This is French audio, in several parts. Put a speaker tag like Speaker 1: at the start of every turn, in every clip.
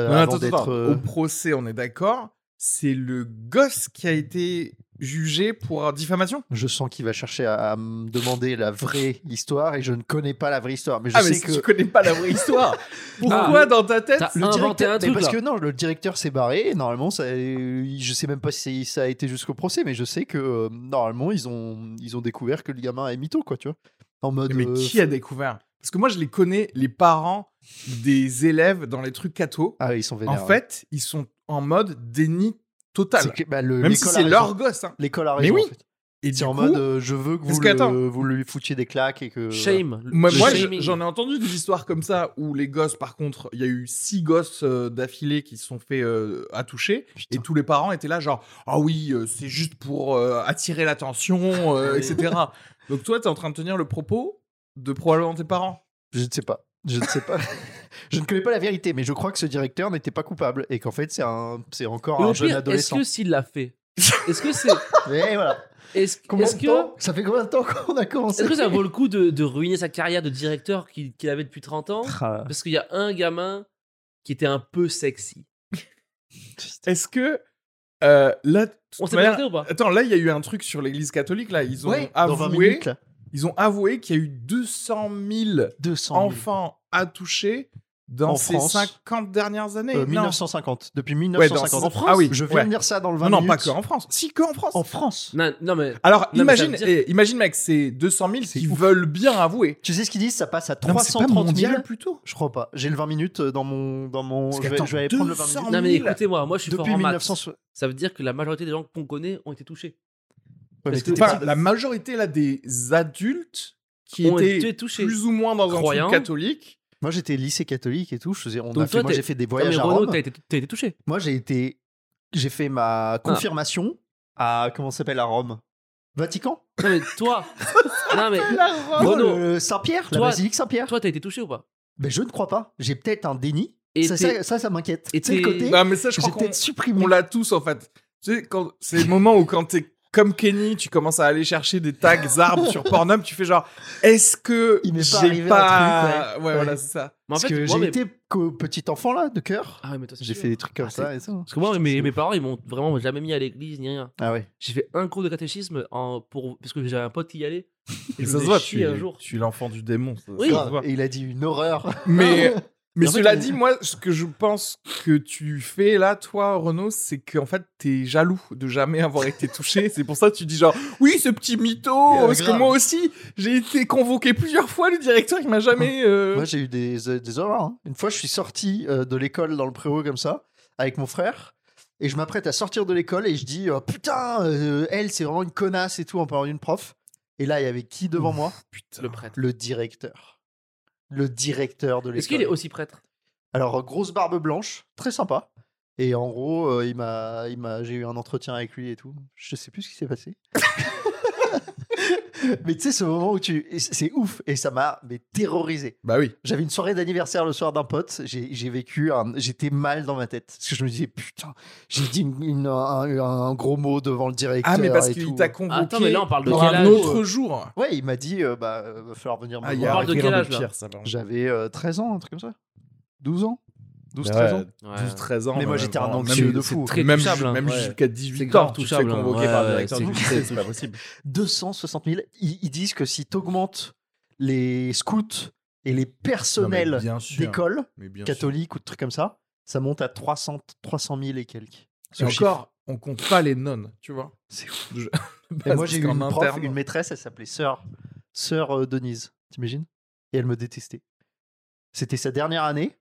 Speaker 1: Non,
Speaker 2: avant
Speaker 1: attends,
Speaker 2: d'être,
Speaker 1: attends.
Speaker 2: euh,
Speaker 1: Au procès, on est d'accord. C'est le gosse qui a été jugé pour diffamation.
Speaker 2: Je sens qu'il va chercher à, à me demander la vraie histoire et je ne connais pas la vraie histoire. Mais je
Speaker 1: ah, mais
Speaker 2: sais
Speaker 1: si
Speaker 2: que
Speaker 1: tu connais pas la vraie histoire, pourquoi
Speaker 3: Ah,
Speaker 1: dans ta tête
Speaker 3: t'as-
Speaker 2: le
Speaker 3: inventé
Speaker 2: directeur,
Speaker 3: un
Speaker 2: mais
Speaker 3: truc,
Speaker 2: parce
Speaker 3: là.
Speaker 2: que non, le directeur s'est barré. Et normalement, ça, euh, je sais même pas si ça a été jusqu'au procès, mais je sais que euh, normalement ils ont ils ont découvert que le gamin est mytho, quoi, tu vois. En mode.
Speaker 1: Mais
Speaker 2: euh,
Speaker 1: qui a découvert Parce que moi, je les connais, les parents des élèves dans les trucs catho.
Speaker 2: Ah, ils sont vénères.
Speaker 1: en
Speaker 2: ouais.
Speaker 1: fait, ils sont en mode déni
Speaker 2: C'est
Speaker 1: total.
Speaker 2: que, bah, le-
Speaker 1: Même si
Speaker 2: l'école
Speaker 1: c'est
Speaker 2: a
Speaker 1: leur
Speaker 2: raison.
Speaker 1: gosse. hein.
Speaker 2: L'école a
Speaker 1: Mais
Speaker 2: raison.
Speaker 1: oui.
Speaker 2: en fait.
Speaker 1: Et du
Speaker 2: C'est en
Speaker 1: coup,
Speaker 2: mode, euh, je veux que
Speaker 1: parce
Speaker 2: vous,
Speaker 1: que, attends.
Speaker 2: le, vous lui foutiez des claques et que.
Speaker 3: Shame. Le-
Speaker 1: Euh, Moi,
Speaker 3: le
Speaker 1: moi, je-
Speaker 3: shaming.
Speaker 1: j'en ai entendu des histoires comme ça où les gosses, par contre, il y a eu six gosses euh, d'affilée qui se sont fait euh, attoucher
Speaker 2: Putain.
Speaker 1: et tous les parents étaient là, genre, ah oui, euh, c'est juste pour euh, attirer l'attention, euh,
Speaker 3: Oui.
Speaker 1: etc. Donc toi, t'es en train de tenir le propos de probablement tes parents.
Speaker 2: Je ne sais pas. Je ne sais pas. je ne connais pas la vérité, mais je crois que ce directeur n'était pas coupable et qu'en fait c'est un, c'est encore
Speaker 3: Et
Speaker 2: un
Speaker 3: au
Speaker 2: jeune
Speaker 3: pire, est-ce
Speaker 2: adolescent.
Speaker 3: que s'il l'a fait Est-ce que c'est.
Speaker 2: Et voilà.
Speaker 3: Est-ce
Speaker 2: Combien
Speaker 3: est-ce
Speaker 2: de
Speaker 3: que.
Speaker 2: temps Ça fait combien de temps qu'on a commencé
Speaker 3: Est-ce que ça vaut le coup de, de ruiner sa carrière de directeur qu'il qu'il avait depuis 30 ans
Speaker 2: Ah,
Speaker 3: Parce qu'il y a un gamin qui était un peu sexy.
Speaker 1: Est-ce que euh, là, de toute
Speaker 3: On s'est
Speaker 1: manière- Euh,
Speaker 3: planté ou pas
Speaker 1: attends, là, il y a eu un truc sur l'Église catholique. Là, ils ont
Speaker 2: ouais, dans 20
Speaker 1: avoué,
Speaker 2: minutes, là.
Speaker 1: ils ont avoué qu'il y a eu 200 000
Speaker 2: 200 000.
Speaker 1: enfants attouchés dans
Speaker 2: En
Speaker 1: ces
Speaker 2: France.
Speaker 1: 50 dernières années.
Speaker 2: Euh,
Speaker 1: Non.
Speaker 2: 1950. Depuis
Speaker 1: Ouais, dans-
Speaker 2: 1950.
Speaker 1: en France Ah oui,
Speaker 2: Je viens
Speaker 1: ouais.
Speaker 2: de lire ça dans le 20
Speaker 1: Non, non, pas
Speaker 2: minutes.
Speaker 1: que en France. Si, que en France.
Speaker 2: En France.
Speaker 3: Non, non, mais.
Speaker 1: Alors,
Speaker 3: Non, mais ça
Speaker 1: imagine,
Speaker 3: veut dire-
Speaker 1: eh, imagine, mec, c'est 200 000
Speaker 2: C'est
Speaker 1: qui
Speaker 2: ouf.
Speaker 1: veulent bien avouer.
Speaker 2: Tu sais ce qu'ils disent Ça passe à
Speaker 1: Non, mais c'est pas
Speaker 2: 330 000.
Speaker 1: mondial plutôt.
Speaker 2: Je crois pas. J'ai le 20 minutes euh, dans mon. Dans mon...
Speaker 1: Parce
Speaker 2: Je, vais,
Speaker 1: qu'attends,
Speaker 2: je vais aller prendre le 20
Speaker 1: 200
Speaker 2: minutes.
Speaker 1: 000.
Speaker 3: Non, mais écoutez-moi, moi je suis fort
Speaker 2: Depuis
Speaker 3: en maths.
Speaker 2: 1960.
Speaker 3: Ça veut dire que la majorité des gens qu'on connaît ont été touchés.
Speaker 2: Ouais, mais
Speaker 3: Parce que-
Speaker 2: t'étais
Speaker 1: Enfin,
Speaker 2: petit.
Speaker 1: la majorité là des adultes qui
Speaker 3: ont
Speaker 1: étaient
Speaker 3: été touchés.
Speaker 1: plus ou moins dans un
Speaker 3: Croyants.
Speaker 1: truc catholique.
Speaker 2: Moi j'étais lycée catholique et tout. Je faisais, on
Speaker 3: Donc
Speaker 2: a
Speaker 3: toi,
Speaker 2: fait, moi
Speaker 3: t'es-
Speaker 2: j'ai fait des
Speaker 3: Non, mais
Speaker 2: voyages à
Speaker 3: Renaud,
Speaker 2: Rome.
Speaker 3: t'as été, t'as été touché.
Speaker 2: Moi, j'ai été. J'ai fait
Speaker 3: Ah.
Speaker 2: ma confirmation à. Comment ça s'appelle à Rome Vatican
Speaker 3: Non, mais toi. non, mais.
Speaker 2: Non,
Speaker 3: Renaud.
Speaker 2: le- le Saint-Pierre La
Speaker 3: Toi-
Speaker 2: basilique Saint-Pierre
Speaker 3: Toi, t'as été touché ou pas
Speaker 2: Mais je ne crois pas. J'ai peut-être un déni.
Speaker 3: Et
Speaker 2: Ça,
Speaker 3: t'es-
Speaker 2: ça, ça, ça m'inquiète.
Speaker 3: et
Speaker 2: C'est le
Speaker 3: t'es- Bah,
Speaker 2: côté.
Speaker 1: Non, mais ça, je
Speaker 2: J'ai
Speaker 1: crois qu'on
Speaker 2: peut-être supprimé.
Speaker 1: on l'a tous en fait. Tu sais, quand c'est le moment où quand t'es comme Kenny, tu commences à aller chercher des tags arbres sur Pornhub, tu fais genre, est-ce que
Speaker 2: Il m'est pas
Speaker 1: j'ai
Speaker 2: arrivé un
Speaker 1: pas, ouais,
Speaker 2: Ouais.
Speaker 1: voilà, c'est ça.
Speaker 3: Mais en
Speaker 2: Parce
Speaker 3: fait,
Speaker 2: que
Speaker 3: moi,
Speaker 2: j'ai
Speaker 3: mes-
Speaker 2: été qu'au petit enfant là, de cœur.
Speaker 3: Ah, ouais, mais toi, c'est
Speaker 2: j'ai
Speaker 3: sûr.
Speaker 2: fait des trucs comme
Speaker 3: Ah,
Speaker 2: ça et ça.
Speaker 3: Parce que moi, mes, mes parents, ils m'ont vraiment jamais mis à l'église ni rien.
Speaker 2: Ah ouais.
Speaker 3: J'ai fait un cours de catéchisme en, pour, parce que j'avais un pote qui y allait. Et
Speaker 1: Et ça
Speaker 3: je me
Speaker 1: se
Speaker 3: faisais
Speaker 1: voit,
Speaker 3: chier
Speaker 1: tu es,
Speaker 3: un jour.
Speaker 1: tu es l'enfant du démon. ça-
Speaker 3: Oui.
Speaker 1: ça se
Speaker 2: Grave.
Speaker 1: voit.
Speaker 2: Et il a dit une horreur.
Speaker 1: Mais, mais
Speaker 3: Mais en fait,
Speaker 1: cela
Speaker 3: on-
Speaker 1: dit, moi, ce que je pense que tu fais là, toi, Renaud, c'est qu'en fait, t'es jaloux de jamais avoir été touché. c'est pour ça que tu dis genre, oui, ce petit mytho,
Speaker 2: Mais, euh,
Speaker 1: parce que
Speaker 2: grave.
Speaker 1: moi aussi, j'ai été convoqué plusieurs fois, le directeur, il m'a jamais... euh,
Speaker 2: Moi, j'ai eu des, euh, des horreurs. hein. Une fois, je suis sorti euh, de l'école dans le préau comme ça, avec mon frère, et je m'apprête à sortir de l'école et je dis euh, Putain, euh, elle, c'est vraiment une connasse et tout, en parlant d'une prof. Et là, il y avait qui devant moi
Speaker 1: Putain.
Speaker 3: Le prêtre.
Speaker 2: Le directeur. Le directeur de l'école.
Speaker 3: Est-ce qu'il est aussi prêtre
Speaker 2: Alors, euh, grosse barbe blanche, très sympa. Et en gros, euh, il m'a, il m'a, j'ai eu un entretien avec lui et tout. Je sais plus ce qui s'est passé. mais tu sais, ce moment où tu. et C'est c'est ouf. Et ça m'a mais terrorisé.
Speaker 1: Bah oui.
Speaker 2: J'avais une soirée d'anniversaire le soir d'un pote. J'ai j'ai vécu, un- j'étais mal dans ma tête. Parce que je me disais, putain, j'ai dit une- une- un, un gros mot devant le directeur.
Speaker 1: Ah, mais parce
Speaker 2: et
Speaker 1: qu'il
Speaker 2: tout.
Speaker 1: t'a convoqué
Speaker 3: Attends, mais là, on parle de
Speaker 1: pour
Speaker 3: quel
Speaker 1: un
Speaker 3: âge
Speaker 1: autre jour.
Speaker 2: Ouais, il m'a dit, euh, bah, euh, va falloir venir me
Speaker 1: Ah, il y
Speaker 2: voir.
Speaker 1: a
Speaker 3: parle de
Speaker 1: rien
Speaker 3: quel
Speaker 1: de
Speaker 3: âge, là
Speaker 1: pire, ça, par contre.
Speaker 2: J'avais euh, 13 ans, un truc comme ça. 12 ans.
Speaker 1: 12,
Speaker 2: 13
Speaker 1: 13
Speaker 2: ans.
Speaker 1: ans. 12, 13 ans.
Speaker 2: Mais moi,
Speaker 1: même
Speaker 2: j'étais un
Speaker 1: vraiment,
Speaker 2: anxieux
Speaker 1: même-
Speaker 2: de fou.
Speaker 3: Très
Speaker 1: même
Speaker 3: touchable, hein,
Speaker 1: même
Speaker 3: ouais.
Speaker 1: jusqu'à
Speaker 3: C'est
Speaker 1: 18
Speaker 3: grave
Speaker 1: ans, tu te fais
Speaker 3: touchable, hein,
Speaker 1: convoquer
Speaker 3: ouais,
Speaker 1: par le
Speaker 3: ouais,
Speaker 1: directeur
Speaker 3: c'est
Speaker 1: du lycée, c'est pas possible.
Speaker 2: 260 000. Ils, ils disent que si tu augmentes les scouts et les
Speaker 1: Non, mais
Speaker 2: personnels
Speaker 1: bien sûr,
Speaker 2: d'école
Speaker 1: mais bien sûr.
Speaker 2: catholique ou de trucs comme ça, ça monte à 300, 300 000 et quelques.
Speaker 1: Et
Speaker 2: Ce chiffre.
Speaker 1: encore, on compte pas les nonnes, tu vois.
Speaker 2: C'est
Speaker 1: Je-
Speaker 2: Et moi,
Speaker 1: Parce
Speaker 2: j'ai eu
Speaker 1: qu'en
Speaker 2: une, prof,
Speaker 1: interne-
Speaker 2: une maîtresse, elle s'appelait Sœur, Sœur euh, Denise, t'imagines Et elle me détestait. C'était sa dernière année.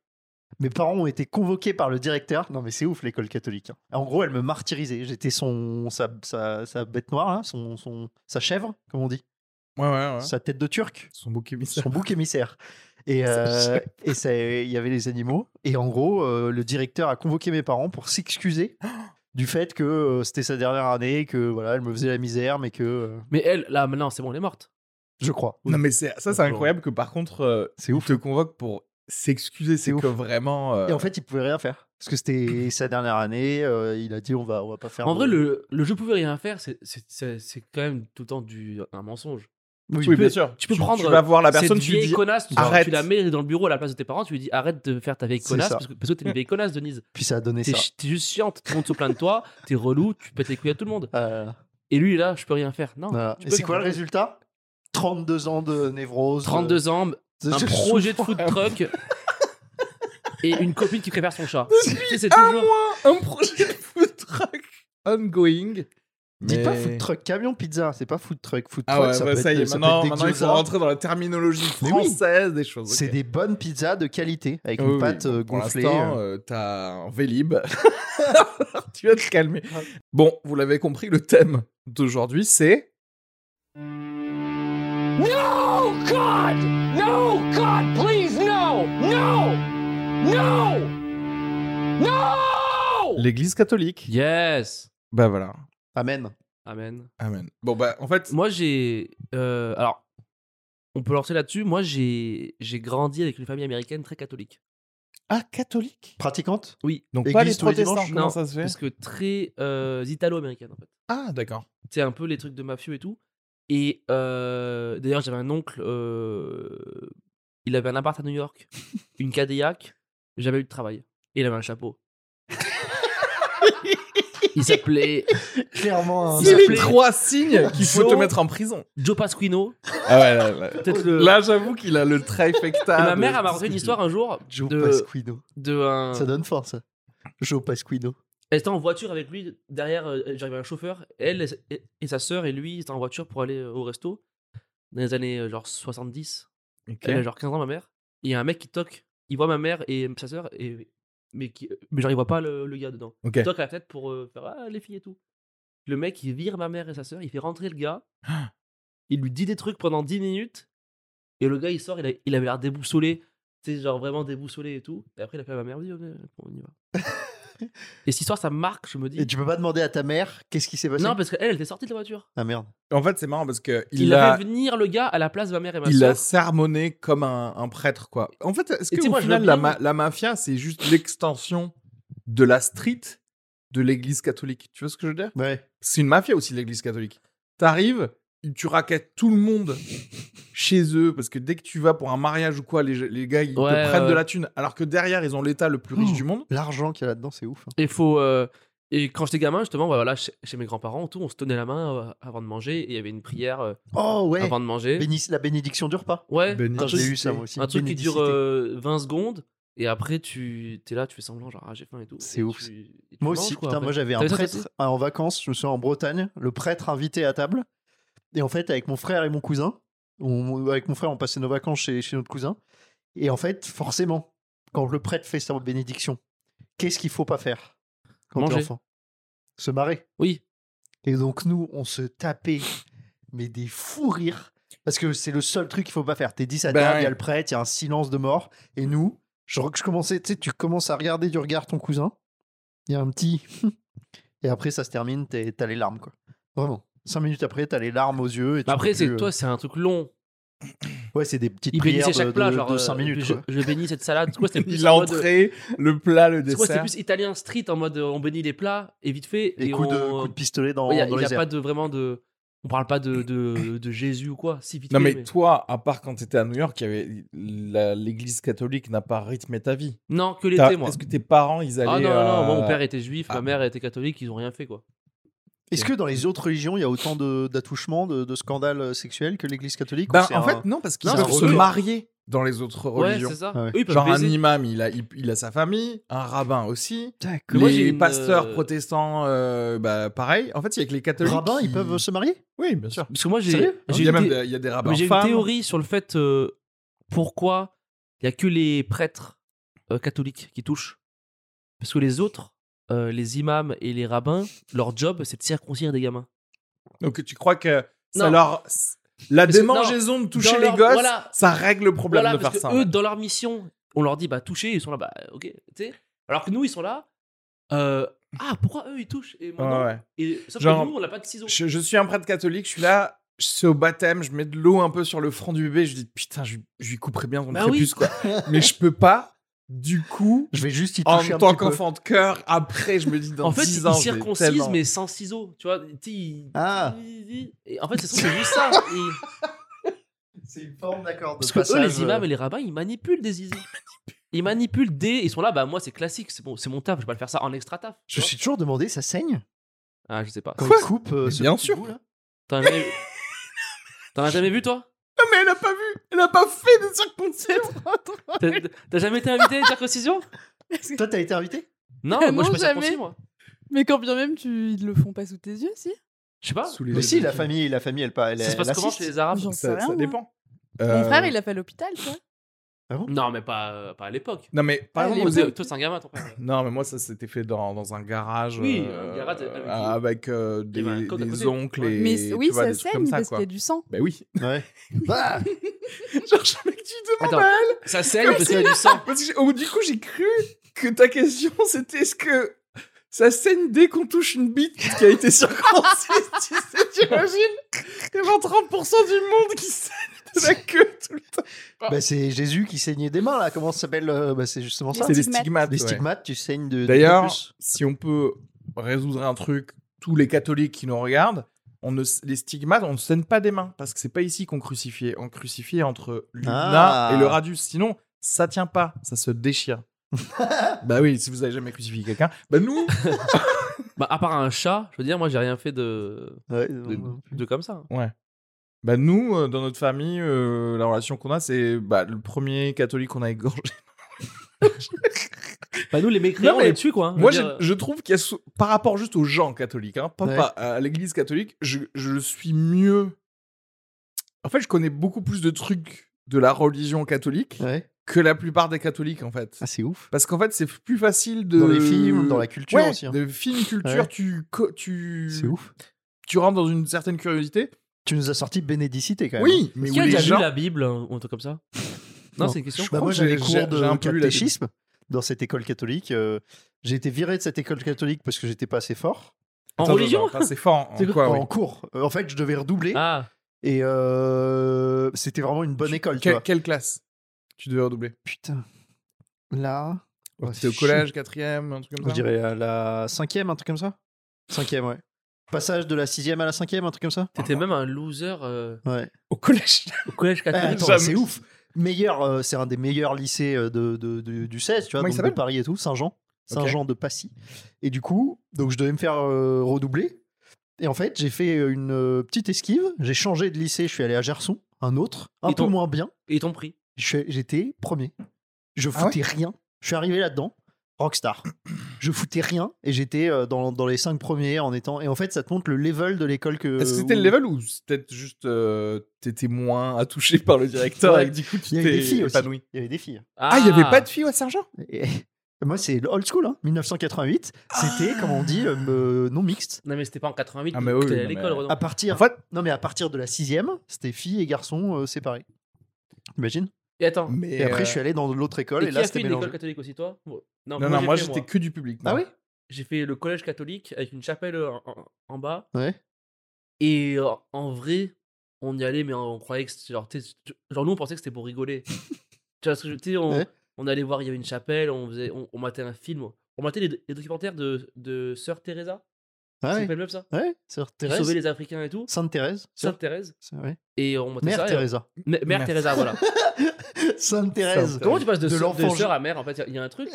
Speaker 2: Mes parents ont été convoqués par le directeur. Non, mais c'est ouf l'école catholique. hein. En gros, elle me martyrisait. J'étais son, sa, sa- sa bête noire, là, son, son- sa chèvre, comme on dit,
Speaker 1: Ouais, ouais, ouais.
Speaker 2: sa tête de turc,
Speaker 1: Son bouc émissaire.
Speaker 2: son bouc émissaire. Et
Speaker 1: Sa
Speaker 2: euh,
Speaker 1: chèvre.
Speaker 2: et ça- il y avait les animaux. Et en gros, euh, le directeur a convoqué mes parents pour s'excuser du fait que euh, c'était sa dernière année, que voilà, elle me faisait la misère, mais que euh,
Speaker 3: Mais elle, là, maintenant, c'est bon, elle est morte.
Speaker 2: je crois.
Speaker 1: Non, mais c'est- ça, c'est incroyable que par contre, euh,
Speaker 2: C'est
Speaker 1: il te convoque pour s'excuser. C'est
Speaker 2: ouf.
Speaker 1: que vraiment. euh,
Speaker 2: Et en fait, il pouvait rien faire. Parce que c'était sa dernière année, euh, il a dit on va, on va pas faire.
Speaker 3: En
Speaker 2: de-
Speaker 3: vrai, le, le je pouvais rien faire, c'est- c'est- c'est c'est quand même tout le temps du, un mensonge.
Speaker 2: Oui,
Speaker 1: oui,
Speaker 2: mais-
Speaker 1: bien sûr.
Speaker 3: tu peux prendre,
Speaker 1: Tu vas voir la
Speaker 3: Cette
Speaker 1: personne, tu
Speaker 3: vieille
Speaker 1: lui dis.
Speaker 3: connasse, tu,
Speaker 1: arrête.
Speaker 3: tu la mets dans le bureau à la place de tes parents, tu lui dis arrête de faire ta vieille
Speaker 2: C'est
Speaker 3: connasse
Speaker 2: ça.
Speaker 3: parce que, parce que t'es une vieille connasse, Denise.
Speaker 2: Puis ça a donné
Speaker 3: T'es
Speaker 2: ça.
Speaker 3: chi- t'es juste chiante, tout le monde se plaint de toi, t'es relou, tu pètes les couilles à tout le monde.
Speaker 2: Euh,
Speaker 3: Et lui, là, je peux rien faire. Non.
Speaker 2: voilà.
Speaker 3: tu
Speaker 2: Et
Speaker 3: peux
Speaker 2: c'est quoi
Speaker 3: faire.
Speaker 2: le résultat 32 ans de névrose. euh,
Speaker 3: 32 ans,
Speaker 2: de-
Speaker 3: un
Speaker 2: de-
Speaker 3: projet de food truck et une copine qui prépare son chat. Tu sais, C'est toujours.
Speaker 1: un projet de food truck ongoing.
Speaker 2: Dites pas
Speaker 1: Mais-
Speaker 2: food truck, camion pizza, c'est pas food truck. Food
Speaker 1: Ah
Speaker 2: truck,
Speaker 1: ouais,
Speaker 2: ça,
Speaker 1: bah,
Speaker 2: peut
Speaker 1: ça
Speaker 2: être-
Speaker 1: y est,
Speaker 2: ça peut
Speaker 1: maintenant,
Speaker 2: être des
Speaker 1: maintenant, il faut
Speaker 2: gyoza.
Speaker 1: rentrer dans la terminologie
Speaker 2: Mais oui.
Speaker 1: française des choses.
Speaker 2: C'est
Speaker 1: ok. Ah
Speaker 2: des bonnes pizzas de qualité, avec
Speaker 1: Oui,
Speaker 2: une
Speaker 1: oui,
Speaker 2: pâte euh,
Speaker 1: Pour
Speaker 2: gonflée.
Speaker 1: l'instant,
Speaker 2: euh.
Speaker 1: euh, t'as un Vélib. tu vas te calmer. Bon, vous l'avez compris, le thème d'aujourd'hui, c'est...
Speaker 4: No, Oh, God! No, God, please, no! No! No! No!
Speaker 1: L'Église catholique.
Speaker 3: Yes.
Speaker 1: Bah voilà.
Speaker 2: Amen.
Speaker 3: Amen.
Speaker 1: Amen. Bon, bah en fait...
Speaker 3: Moi, j'ai. euh, alors, on peut lancer là-dessus. Moi, j'ai j'ai grandi avec une famille américaine très catholique.
Speaker 1: Ah, catholique
Speaker 2: Pratiquante
Speaker 3: Oui.
Speaker 1: Donc
Speaker 2: Église
Speaker 1: pas les
Speaker 2: tous les
Speaker 1: protestants,
Speaker 2: dimanches
Speaker 1: comment
Speaker 3: Non,
Speaker 1: ça se fait
Speaker 3: Parce que très euh, italo-américaine, en fait.
Speaker 1: Ah, d'accord.
Speaker 3: C'est un peu les trucs de mafieux et tout. Et euh, d'ailleurs, j'avais un oncle, euh, il avait un appart à New York, une Cadillac, j'avais eu le travail. Et il avait un chapeau. il s'appelait
Speaker 2: Clairement, hein, un-
Speaker 3: Il
Speaker 1: C'est les
Speaker 3: s'appelait
Speaker 1: trois signes qu'il faut te
Speaker 3: Joe-
Speaker 1: mettre en prison.
Speaker 3: Joe Pasquino.
Speaker 1: Ah ouais, là, là.
Speaker 3: Peut-être le...
Speaker 1: Là, j'avoue qu'il a le trifecta.
Speaker 3: Et
Speaker 2: Ah
Speaker 3: ma
Speaker 1: de-
Speaker 3: mère elle m'a raconté une histoire un jour
Speaker 2: Joe
Speaker 3: de,
Speaker 2: Pasquino.
Speaker 3: de un...
Speaker 2: Ça donne fort, ça. Joe Pasquino.
Speaker 3: Elle était en voiture avec lui, derrière, euh, j'arrivais un chauffeur, elle et, sa- et- et sa sœur et lui, ils étaient en voiture pour aller euh, au resto, dans les années euh, genre 70.
Speaker 1: Ok.
Speaker 3: Elle a genre 15 ans, ma mère. Et il y a un mec qui toque. Il voit ma mère et sa sœur, et... mais, qui... euh, mais genre il voit pas le, le gars dedans.
Speaker 1: Ok.
Speaker 3: Il toque à la tête pour euh, faire ah, les filles et tout. Le mec, il vire ma mère et sa sœur, il fait rentrer le gars. il lui dit des trucs pendant 10 minutes. Et le gars, il sort, il, a- il avait l'air déboussolé. Tu sais, genre vraiment déboussolé et tout. Et après, il a fait à ma mère, oui, on est- on y va. et cette histoire, ça me marque, je me dis.
Speaker 2: Et tu peux pas demander à ta mère qu'est-ce qui s'est passé
Speaker 3: Non, parce qu'elle, elle était sortie de la voiture.
Speaker 2: Ah merde.
Speaker 1: En fait, c'est marrant parce que
Speaker 3: Il,
Speaker 1: il
Speaker 3: a
Speaker 1: a,
Speaker 3: fait venir le gars à la place de ma mère et ma
Speaker 1: il a
Speaker 3: sœur.
Speaker 1: sermonné comme un, un prêtre, quoi. En fait, est-ce
Speaker 3: Et tu sais,
Speaker 1: que au
Speaker 3: moi, je
Speaker 1: final,
Speaker 3: veux
Speaker 1: la,
Speaker 3: bien-
Speaker 1: ma- la mafia, c'est juste l'extension de la street de l'église catholique Tu vois ce que je veux dire
Speaker 2: Ouais.
Speaker 1: C'est une mafia aussi, l'église catholique. T'arrives, tu raquettes tout le monde chez eux parce que dès que tu vas pour un mariage ou quoi, les, les gars, ils
Speaker 3: Ouais,
Speaker 1: te prennent
Speaker 3: ouais.
Speaker 1: de la thune alors que derrière, ils ont l'état le plus riche
Speaker 2: Oh.
Speaker 1: du monde.
Speaker 2: L'argent qu'il y a là-dedans, c'est ouf. hein.
Speaker 3: Et faut. euh, et quand j'étais gamin, justement, bah voilà, chez, chez mes grands-parents, tout, on se tenait la main euh, avant de manger. Et il y avait une prière euh,
Speaker 2: Oh ouais.
Speaker 3: avant de manger.
Speaker 2: Bénis- la bénédiction du repas.
Speaker 3: Ouais,
Speaker 1: Béni-
Speaker 3: un
Speaker 2: J'ai
Speaker 3: truc,
Speaker 2: eu ça moi aussi.
Speaker 3: un truc qui dure
Speaker 2: Bénédicité.
Speaker 3: euh, 20 secondes. Et après, tu es là, tu fais semblant, genre, ah, j'ai faim et tout.
Speaker 2: C'est
Speaker 3: et
Speaker 2: ouf.
Speaker 3: tu- et tu
Speaker 2: Moi
Speaker 3: manges,
Speaker 2: aussi,
Speaker 3: quoi,
Speaker 2: putain,
Speaker 3: après.
Speaker 2: moi j'avais un
Speaker 3: T'avais ça, toi aussi
Speaker 2: prêtre ah, en vacances, je me suis en Bretagne, le prêtre invité à table. Et en fait, avec mon frère et mon cousin, on- avec mon frère, on passait nos vacances chez, chez notre cousin. Et en fait, forcément, quand le prêtre fait sa bénédiction, qu'est-ce qu'il faut pas faire quand t'es
Speaker 3: Manger.
Speaker 2: enfant Se marrer.
Speaker 3: Oui.
Speaker 2: Et donc, nous, on se tapait, mais des fous rires. Parce que c'est le seul truc qu'il faut pas faire. T'es 10 à
Speaker 1: Ben
Speaker 2: table, il y
Speaker 1: ouais.
Speaker 2: a le prêtre, il y a un silence de mort. Et nous, je, je commençais, tu sais, tu commences à regarder du regard ton cousin. Il y a un petit. Et après, ça se termine, t'es- t'as les larmes, quoi. Vraiment. Cinq minutes après, t'as les larmes aux yeux. Et tu
Speaker 3: Mais Bah après,
Speaker 2: peux
Speaker 3: c'est
Speaker 2: plus,
Speaker 3: toi, c'est un truc long.
Speaker 2: euh, Ouais, c'est des petites
Speaker 3: Il
Speaker 2: prières
Speaker 3: bénissait
Speaker 2: de,
Speaker 3: chaque plat,
Speaker 2: de-
Speaker 3: genre.
Speaker 2: de cinq
Speaker 3: euh,
Speaker 2: minutes.
Speaker 3: Je,
Speaker 2: quoi.
Speaker 3: je bénis cette salade. Tu vois, c'était plus
Speaker 1: Il a
Speaker 3: en mode- euh,
Speaker 1: entré le plat, le
Speaker 3: tu vois, c'était
Speaker 1: dessert.
Speaker 3: plus italien street en mode euh, on bénit les plats et vite fait.
Speaker 2: Des
Speaker 3: et
Speaker 2: coups, de,
Speaker 3: on-
Speaker 2: coups de pistolet dans,
Speaker 3: Ouais, Il n'y a,
Speaker 2: dans
Speaker 3: il y a
Speaker 2: les airs.
Speaker 3: pas de, vraiment de. On parle pas de, de, de Jésus ou quoi, si vite
Speaker 5: Non,
Speaker 3: fait,
Speaker 5: mais toi, à part quand t'étais à New York, il y avait- la- l'église catholique n'a pas rythmé ta vie.
Speaker 3: Non, que
Speaker 5: T'as-
Speaker 3: l'été, moi.
Speaker 5: Est-ce que tes parents, ils allaient.
Speaker 3: Ah non, non, non, moi, mon
Speaker 5: euh,
Speaker 3: père était juif,
Speaker 5: ah.
Speaker 3: ma mère était catholique, ils ont rien fait, quoi.
Speaker 2: Est-ce que dans les autres religions, il y a autant de- d'attouchements, de, de scandales sexuels que l'Église catholique ou
Speaker 1: Ben,
Speaker 2: c'est
Speaker 1: en
Speaker 2: un-
Speaker 1: fait, non, parce qu'ils
Speaker 3: hein. Non,
Speaker 1: peuvent
Speaker 3: parce
Speaker 1: se
Speaker 3: que-
Speaker 1: marier dans les autres religions.
Speaker 3: Ouais, c'est ça.
Speaker 2: Ah ouais.
Speaker 3: Eux, ils peuvent
Speaker 1: Genre un
Speaker 3: baiser.
Speaker 1: imam, il a, il, il a sa famille, un rabbin aussi.
Speaker 2: D'accord.
Speaker 3: Mais moi,
Speaker 1: les
Speaker 3: j'ai une,
Speaker 1: pasteurs
Speaker 3: euh,
Speaker 1: protestants, euh, bah, pareil. En fait, il y a que les
Speaker 2: Les
Speaker 1: catholiques.
Speaker 2: rabbins, ils
Speaker 1: qui-
Speaker 2: peuvent euh, se marier
Speaker 1: Oui, bien sûr.
Speaker 3: Parce que moi, j'ai
Speaker 1: Sérieux
Speaker 3: j'ai ah,
Speaker 1: Il y a
Speaker 3: une,
Speaker 1: même
Speaker 3: thé-
Speaker 1: des- il y a des rabbins.
Speaker 3: mais j'ai une
Speaker 1: femmes.
Speaker 3: théorie sur le fait euh, pourquoi il y a que les prêtres euh, catholiques qui touchent. Parce que les autres, euh, les imams et les rabbins, leur job, c'est de circoncire des gamins.
Speaker 1: Donc tu crois que ça
Speaker 3: Non.
Speaker 1: leur. La
Speaker 3: Parce que-
Speaker 1: démangeaison de toucher
Speaker 3: Dans
Speaker 1: les
Speaker 3: leur-
Speaker 1: gosses,
Speaker 3: voilà.
Speaker 1: ça règle le problème
Speaker 3: Voilà,
Speaker 1: de
Speaker 3: parce
Speaker 1: faire
Speaker 3: que
Speaker 1: ça.
Speaker 3: eux, dans leur mission, on leur dit, bah, touchez, ils sont là, bah, ok, tu sais. Alors que nous, ils sont là, euh, ah, pourquoi eux, ils touchent et moi,
Speaker 1: Ouais,
Speaker 3: non
Speaker 1: ouais.
Speaker 3: Et, Sauf
Speaker 1: Genre-
Speaker 3: que nous, on n'a pas de ciseaux.
Speaker 1: Je, je suis un prêtre catholique, je suis là, je suis au baptême, je mets de l'eau un peu sur le front du bébé, je dis putain, je, lui- je lui couperai bien son
Speaker 3: Bah
Speaker 1: prépuce, quoi. Mais je peux pas, du coup,
Speaker 2: Je vais juste y
Speaker 1: en
Speaker 2: toucher un
Speaker 1: tant
Speaker 2: petit peu.
Speaker 1: qu'enfant de cœur, après, je me dis dans
Speaker 3: En fait,
Speaker 1: 10
Speaker 3: ils
Speaker 1: ans, je vais
Speaker 3: circoncisent,
Speaker 1: tellement-
Speaker 3: mais sans ciseaux. Tu vois, tu sais, ils-
Speaker 2: Ah.
Speaker 3: Et en fait, c'est c'est juste ça. Et-
Speaker 2: C'est une forme d'accord de euh,
Speaker 3: Parce que eux, les imams et les rabbins, ils manipulent des zizi. Ils manipulent des. Ils sont là, bah moi c'est classique, c'est bon, c'est mon taf, je vais pas le faire ça en extra taf. tu
Speaker 2: Je me
Speaker 3: vois.
Speaker 2: suis toujours demandé, ça saigne
Speaker 3: Ah, je sais pas.
Speaker 2: quand
Speaker 1: Quoi
Speaker 2: ils coupent euh,
Speaker 1: Mais
Speaker 2: ce
Speaker 1: bien
Speaker 2: petit
Speaker 1: sûr.
Speaker 2: bout, là
Speaker 3: T'en as jamais... T'en as jamais vu toi
Speaker 1: Non, mais elle a pas vu, elle a pas fait de circoncision.
Speaker 3: T'as t'as jamais été invité à une circoncision
Speaker 2: Toi, t'as été invité
Speaker 3: Non,
Speaker 6: Non,
Speaker 3: moi je suis pas
Speaker 6: jamais.
Speaker 3: circoncis, moi.
Speaker 6: Mais quand bien même, tu... ils le font pas sous tes yeux, si
Speaker 3: Je sais pas.
Speaker 1: Sous les
Speaker 2: Mais
Speaker 1: yeux
Speaker 2: si,
Speaker 1: de
Speaker 2: la
Speaker 1: qui
Speaker 2: famille, la famille, elle, pa- elle,
Speaker 3: Ça se
Speaker 2: elle
Speaker 3: passe comment
Speaker 2: assiste.
Speaker 3: chez les arabes
Speaker 6: J'en sais
Speaker 1: Ça,
Speaker 6: rien.
Speaker 1: ça
Speaker 6: moi.
Speaker 1: dépend.
Speaker 6: Mon
Speaker 1: Euh,
Speaker 6: frère, il l'a fait à l'hôpital, quoi.
Speaker 3: Non, mais pas, euh, pas à l'époque.
Speaker 1: Non, mais par
Speaker 6: Ah,
Speaker 1: exemple,
Speaker 6: les
Speaker 1: aux
Speaker 3: Toi, toi, c'est un gamin, ton père.
Speaker 1: Non, mais moi, ça s'était fait dans, dans un garage.
Speaker 3: Oui,
Speaker 1: euh,
Speaker 3: un garage avec-
Speaker 1: avec euh, des,
Speaker 3: avait un coq à
Speaker 1: des
Speaker 3: côté.
Speaker 1: oncles
Speaker 3: Ouais.
Speaker 1: et
Speaker 6: Mais c-
Speaker 1: tu
Speaker 6: oui,
Speaker 1: vois,
Speaker 6: ça
Speaker 1: des trucs
Speaker 6: saigne
Speaker 1: comme ça,
Speaker 6: parce qu'il
Speaker 1: quoi.
Speaker 6: y a du sang.
Speaker 1: Bah oui.
Speaker 2: Ouais. Ah
Speaker 1: Genre, je me dis, tu demandes
Speaker 3: Attends.
Speaker 1: à elle.
Speaker 3: Ça saigne parce qu'il y a du sang.
Speaker 1: Parce que, oh, du coup, j'ai cru que ta question, c'était est-ce que ça saigne dès qu'on touche une bite qui a été circoncise Tu sais, t'imagines Il y a vraiment 30% du monde qui saigne de la queue tout le temps.
Speaker 2: bah, c'est Jésus qui saignait des mains là. Comment ça s'appelle euh, bah, C'est justement ça.
Speaker 6: C'est des
Speaker 1: stigmates.
Speaker 2: Des stigmates, tu saignes de. de
Speaker 1: D'ailleurs,
Speaker 2: plus.
Speaker 1: si on peut résoudre un truc, tous les catholiques qui nous regardent, on ne, les stigmates, on ne saigne pas des mains, parce que c'est pas ici qu'on crucifiait. On crucifiait entre l'ulna
Speaker 2: Ah.
Speaker 1: et le radius. Sinon, ça tient pas, ça se déchire. bah oui, si vous avez jamais crucifié quelqu'un, bah nous,
Speaker 3: Bah, à part un chat, je veux dire, moi j'ai rien fait de,
Speaker 2: Ouais,
Speaker 3: de,
Speaker 2: non,
Speaker 3: de comme ça.
Speaker 1: bah nous, euh, dans notre famille, euh, la relation qu'on a, c'est bah, le premier catholique qu'on a égorgé.
Speaker 3: Bah, nous, les mécréants,
Speaker 1: Non,
Speaker 3: on
Speaker 1: mais
Speaker 3: les tue, quoi. hein.
Speaker 1: Moi,
Speaker 3: Je
Speaker 1: je,
Speaker 3: veux dire,
Speaker 1: je trouve qu'il y a, sou- par rapport juste aux gens catholiques, hein, pas,
Speaker 2: euh, Ouais.
Speaker 1: pas à l'église catholique, je, je suis mieux. En fait, je connais beaucoup plus de trucs de la religion catholique
Speaker 2: Ouais.
Speaker 1: que la plupart des catholiques, en fait.
Speaker 2: Ah, c'est ouf.
Speaker 1: Parce qu'en fait, c'est plus facile de.
Speaker 2: Dans les films, dans la culture
Speaker 1: Ouais,
Speaker 2: aussi. hein.
Speaker 1: de film culture,
Speaker 2: Ouais.
Speaker 1: tu, co- tu,
Speaker 2: C'est ouf.
Speaker 1: tu rentres dans une certaine curiosité.
Speaker 2: Tu nous as sorti Bénédicité quand même.
Speaker 1: Oui, mais
Speaker 3: Est-ce
Speaker 1: où
Speaker 3: qu'il y a
Speaker 1: les
Speaker 3: déjà
Speaker 1: gens.
Speaker 3: vu la Bible hein, ou un truc comme ça Non,
Speaker 2: Non.
Speaker 3: c'est une question.
Speaker 2: Bah,
Speaker 1: crois
Speaker 2: moi,
Speaker 1: que
Speaker 2: j'avais
Speaker 1: j'ai-
Speaker 2: cours
Speaker 1: j'ai un
Speaker 2: de
Speaker 1: peu lu la
Speaker 2: catéchisme dans cette école catholique. euh, j'ai été viré de cette école catholique parce que j'étais pas assez fort.
Speaker 3: En
Speaker 1: Attends,
Speaker 3: religion
Speaker 1: attends, attends, C'est fort. En,
Speaker 3: C'est
Speaker 1: en quoi, oui.
Speaker 2: en cours. Euh, En fait, je devais redoubler.
Speaker 3: Ah,
Speaker 2: Et euh, c'était vraiment une bonne école. tu
Speaker 1: Quelle-
Speaker 2: vois.
Speaker 1: quelle classe tu devais redoubler
Speaker 2: Putain. Là. Oh,
Speaker 1: C'était au
Speaker 2: c'est
Speaker 1: collège, quatrième, un truc comme
Speaker 2: Je
Speaker 1: ça
Speaker 2: dirais à la cinquième, un truc comme ça. Cinquième, ouais. Passage de la sixième à la cinquième, un truc comme ça.
Speaker 3: t'étais même un loser euh,
Speaker 2: Ouais.
Speaker 1: Au collège. Ah,
Speaker 3: au collège
Speaker 2: Eh,
Speaker 3: catholique.
Speaker 2: attends,
Speaker 1: jamais.
Speaker 2: c'est ouf. Meilleur, euh, c'est un des meilleurs lycées euh, de, de- de- du 16, tu vois,
Speaker 1: Comment il
Speaker 2: donc de
Speaker 1: s'appelle
Speaker 2: Paris et tout, Saint-Jean, Saint-Jean de Passy. Et du coup, donc je devais me faire euh, redoubler. Et en fait, j'ai fait une euh, petite esquive. J'ai changé de lycée. Je suis allé à Gerson, un autre, un
Speaker 3: Et
Speaker 2: peu
Speaker 3: ton-
Speaker 2: moins bien.
Speaker 3: Et ils t'ont pris.
Speaker 2: Je suis- J'étais premier. Je
Speaker 1: Ah ouais
Speaker 2: foutais rien. Je suis arrivé là-dedans, rockstar. Je foutais rien et j'étais euh, dans, dans les cinq premiers en étant. Et en fait, ça te montre le level de l'école que.
Speaker 1: Est-ce que c'était
Speaker 2: où-
Speaker 1: le level ou c'était peut-être juste euh, t'étais moins attouché par le directeur
Speaker 2: Ouais.
Speaker 1: et que du coup tu
Speaker 2: Il y avait
Speaker 1: t'es
Speaker 2: des filles aussi.
Speaker 1: épanoui
Speaker 2: Il y avait des filles.
Speaker 1: Ah, il y avait pas de filles à Saint-Jean
Speaker 2: Et- Moi, c'est le old school, hein, 1988. C'était, comme on dit, euh, me- non mixte.
Speaker 3: Non, mais c'était pas en 88
Speaker 1: Ah,
Speaker 3: que
Speaker 1: mais oui,
Speaker 3: t'allais
Speaker 1: non,
Speaker 3: à
Speaker 1: mais-
Speaker 3: l'école, Renan.
Speaker 2: À partir.
Speaker 1: En fait-
Speaker 2: Non, mais à partir de la sixième, c'était filles et garçons euh, séparés. T'imagines
Speaker 3: Et attends,
Speaker 1: Mais
Speaker 2: Et après,
Speaker 1: euh,
Speaker 2: je suis allé dans l'autre école
Speaker 3: et
Speaker 2: et,
Speaker 3: qui
Speaker 2: là,
Speaker 3: a fait
Speaker 2: c'était
Speaker 3: une
Speaker 2: mélangé.
Speaker 3: école catholique aussi, toi Bon,
Speaker 1: Non, non,
Speaker 3: j'ai
Speaker 1: moi
Speaker 3: fait,
Speaker 1: j'étais que du public.
Speaker 2: Ah
Speaker 1: moi.
Speaker 2: oui
Speaker 3: J'ai fait le collège catholique avec une chapelle euh, en, en- en bas.
Speaker 2: Ouais.
Speaker 3: Et euh, en vrai, on y allait, mais on, on croyait que c'était genre, tu sais, tu- genre, nous, on pensait que c'était pour rigoler. tu vois ce que je veux dire on,
Speaker 2: Ouais.
Speaker 3: on allait voir, il y avait une chapelle, on, faisait, on, on matait un film. On matait les, les documentaires de, de Sœur Teresa. Ça
Speaker 2: Ouais,
Speaker 3: s'appelle même ça.
Speaker 2: Ah ouais, Sœur Thérèse.
Speaker 3: Sauver les Africains et tout.
Speaker 2: Sainte Thérèse.
Speaker 3: Sainte Thérèse.
Speaker 2: C'est- ouais.
Speaker 3: Et on montait
Speaker 2: Mère
Speaker 3: ça. et-
Speaker 2: Teresa.
Speaker 3: M- Mère
Speaker 1: Mère.
Speaker 3: Teresa, voilà.
Speaker 2: Sainte Thérèse.
Speaker 3: Comment tu passes de,
Speaker 2: De
Speaker 3: sœur, de
Speaker 2: l'enfant
Speaker 3: sœur à mère En fait, il y, a un truc.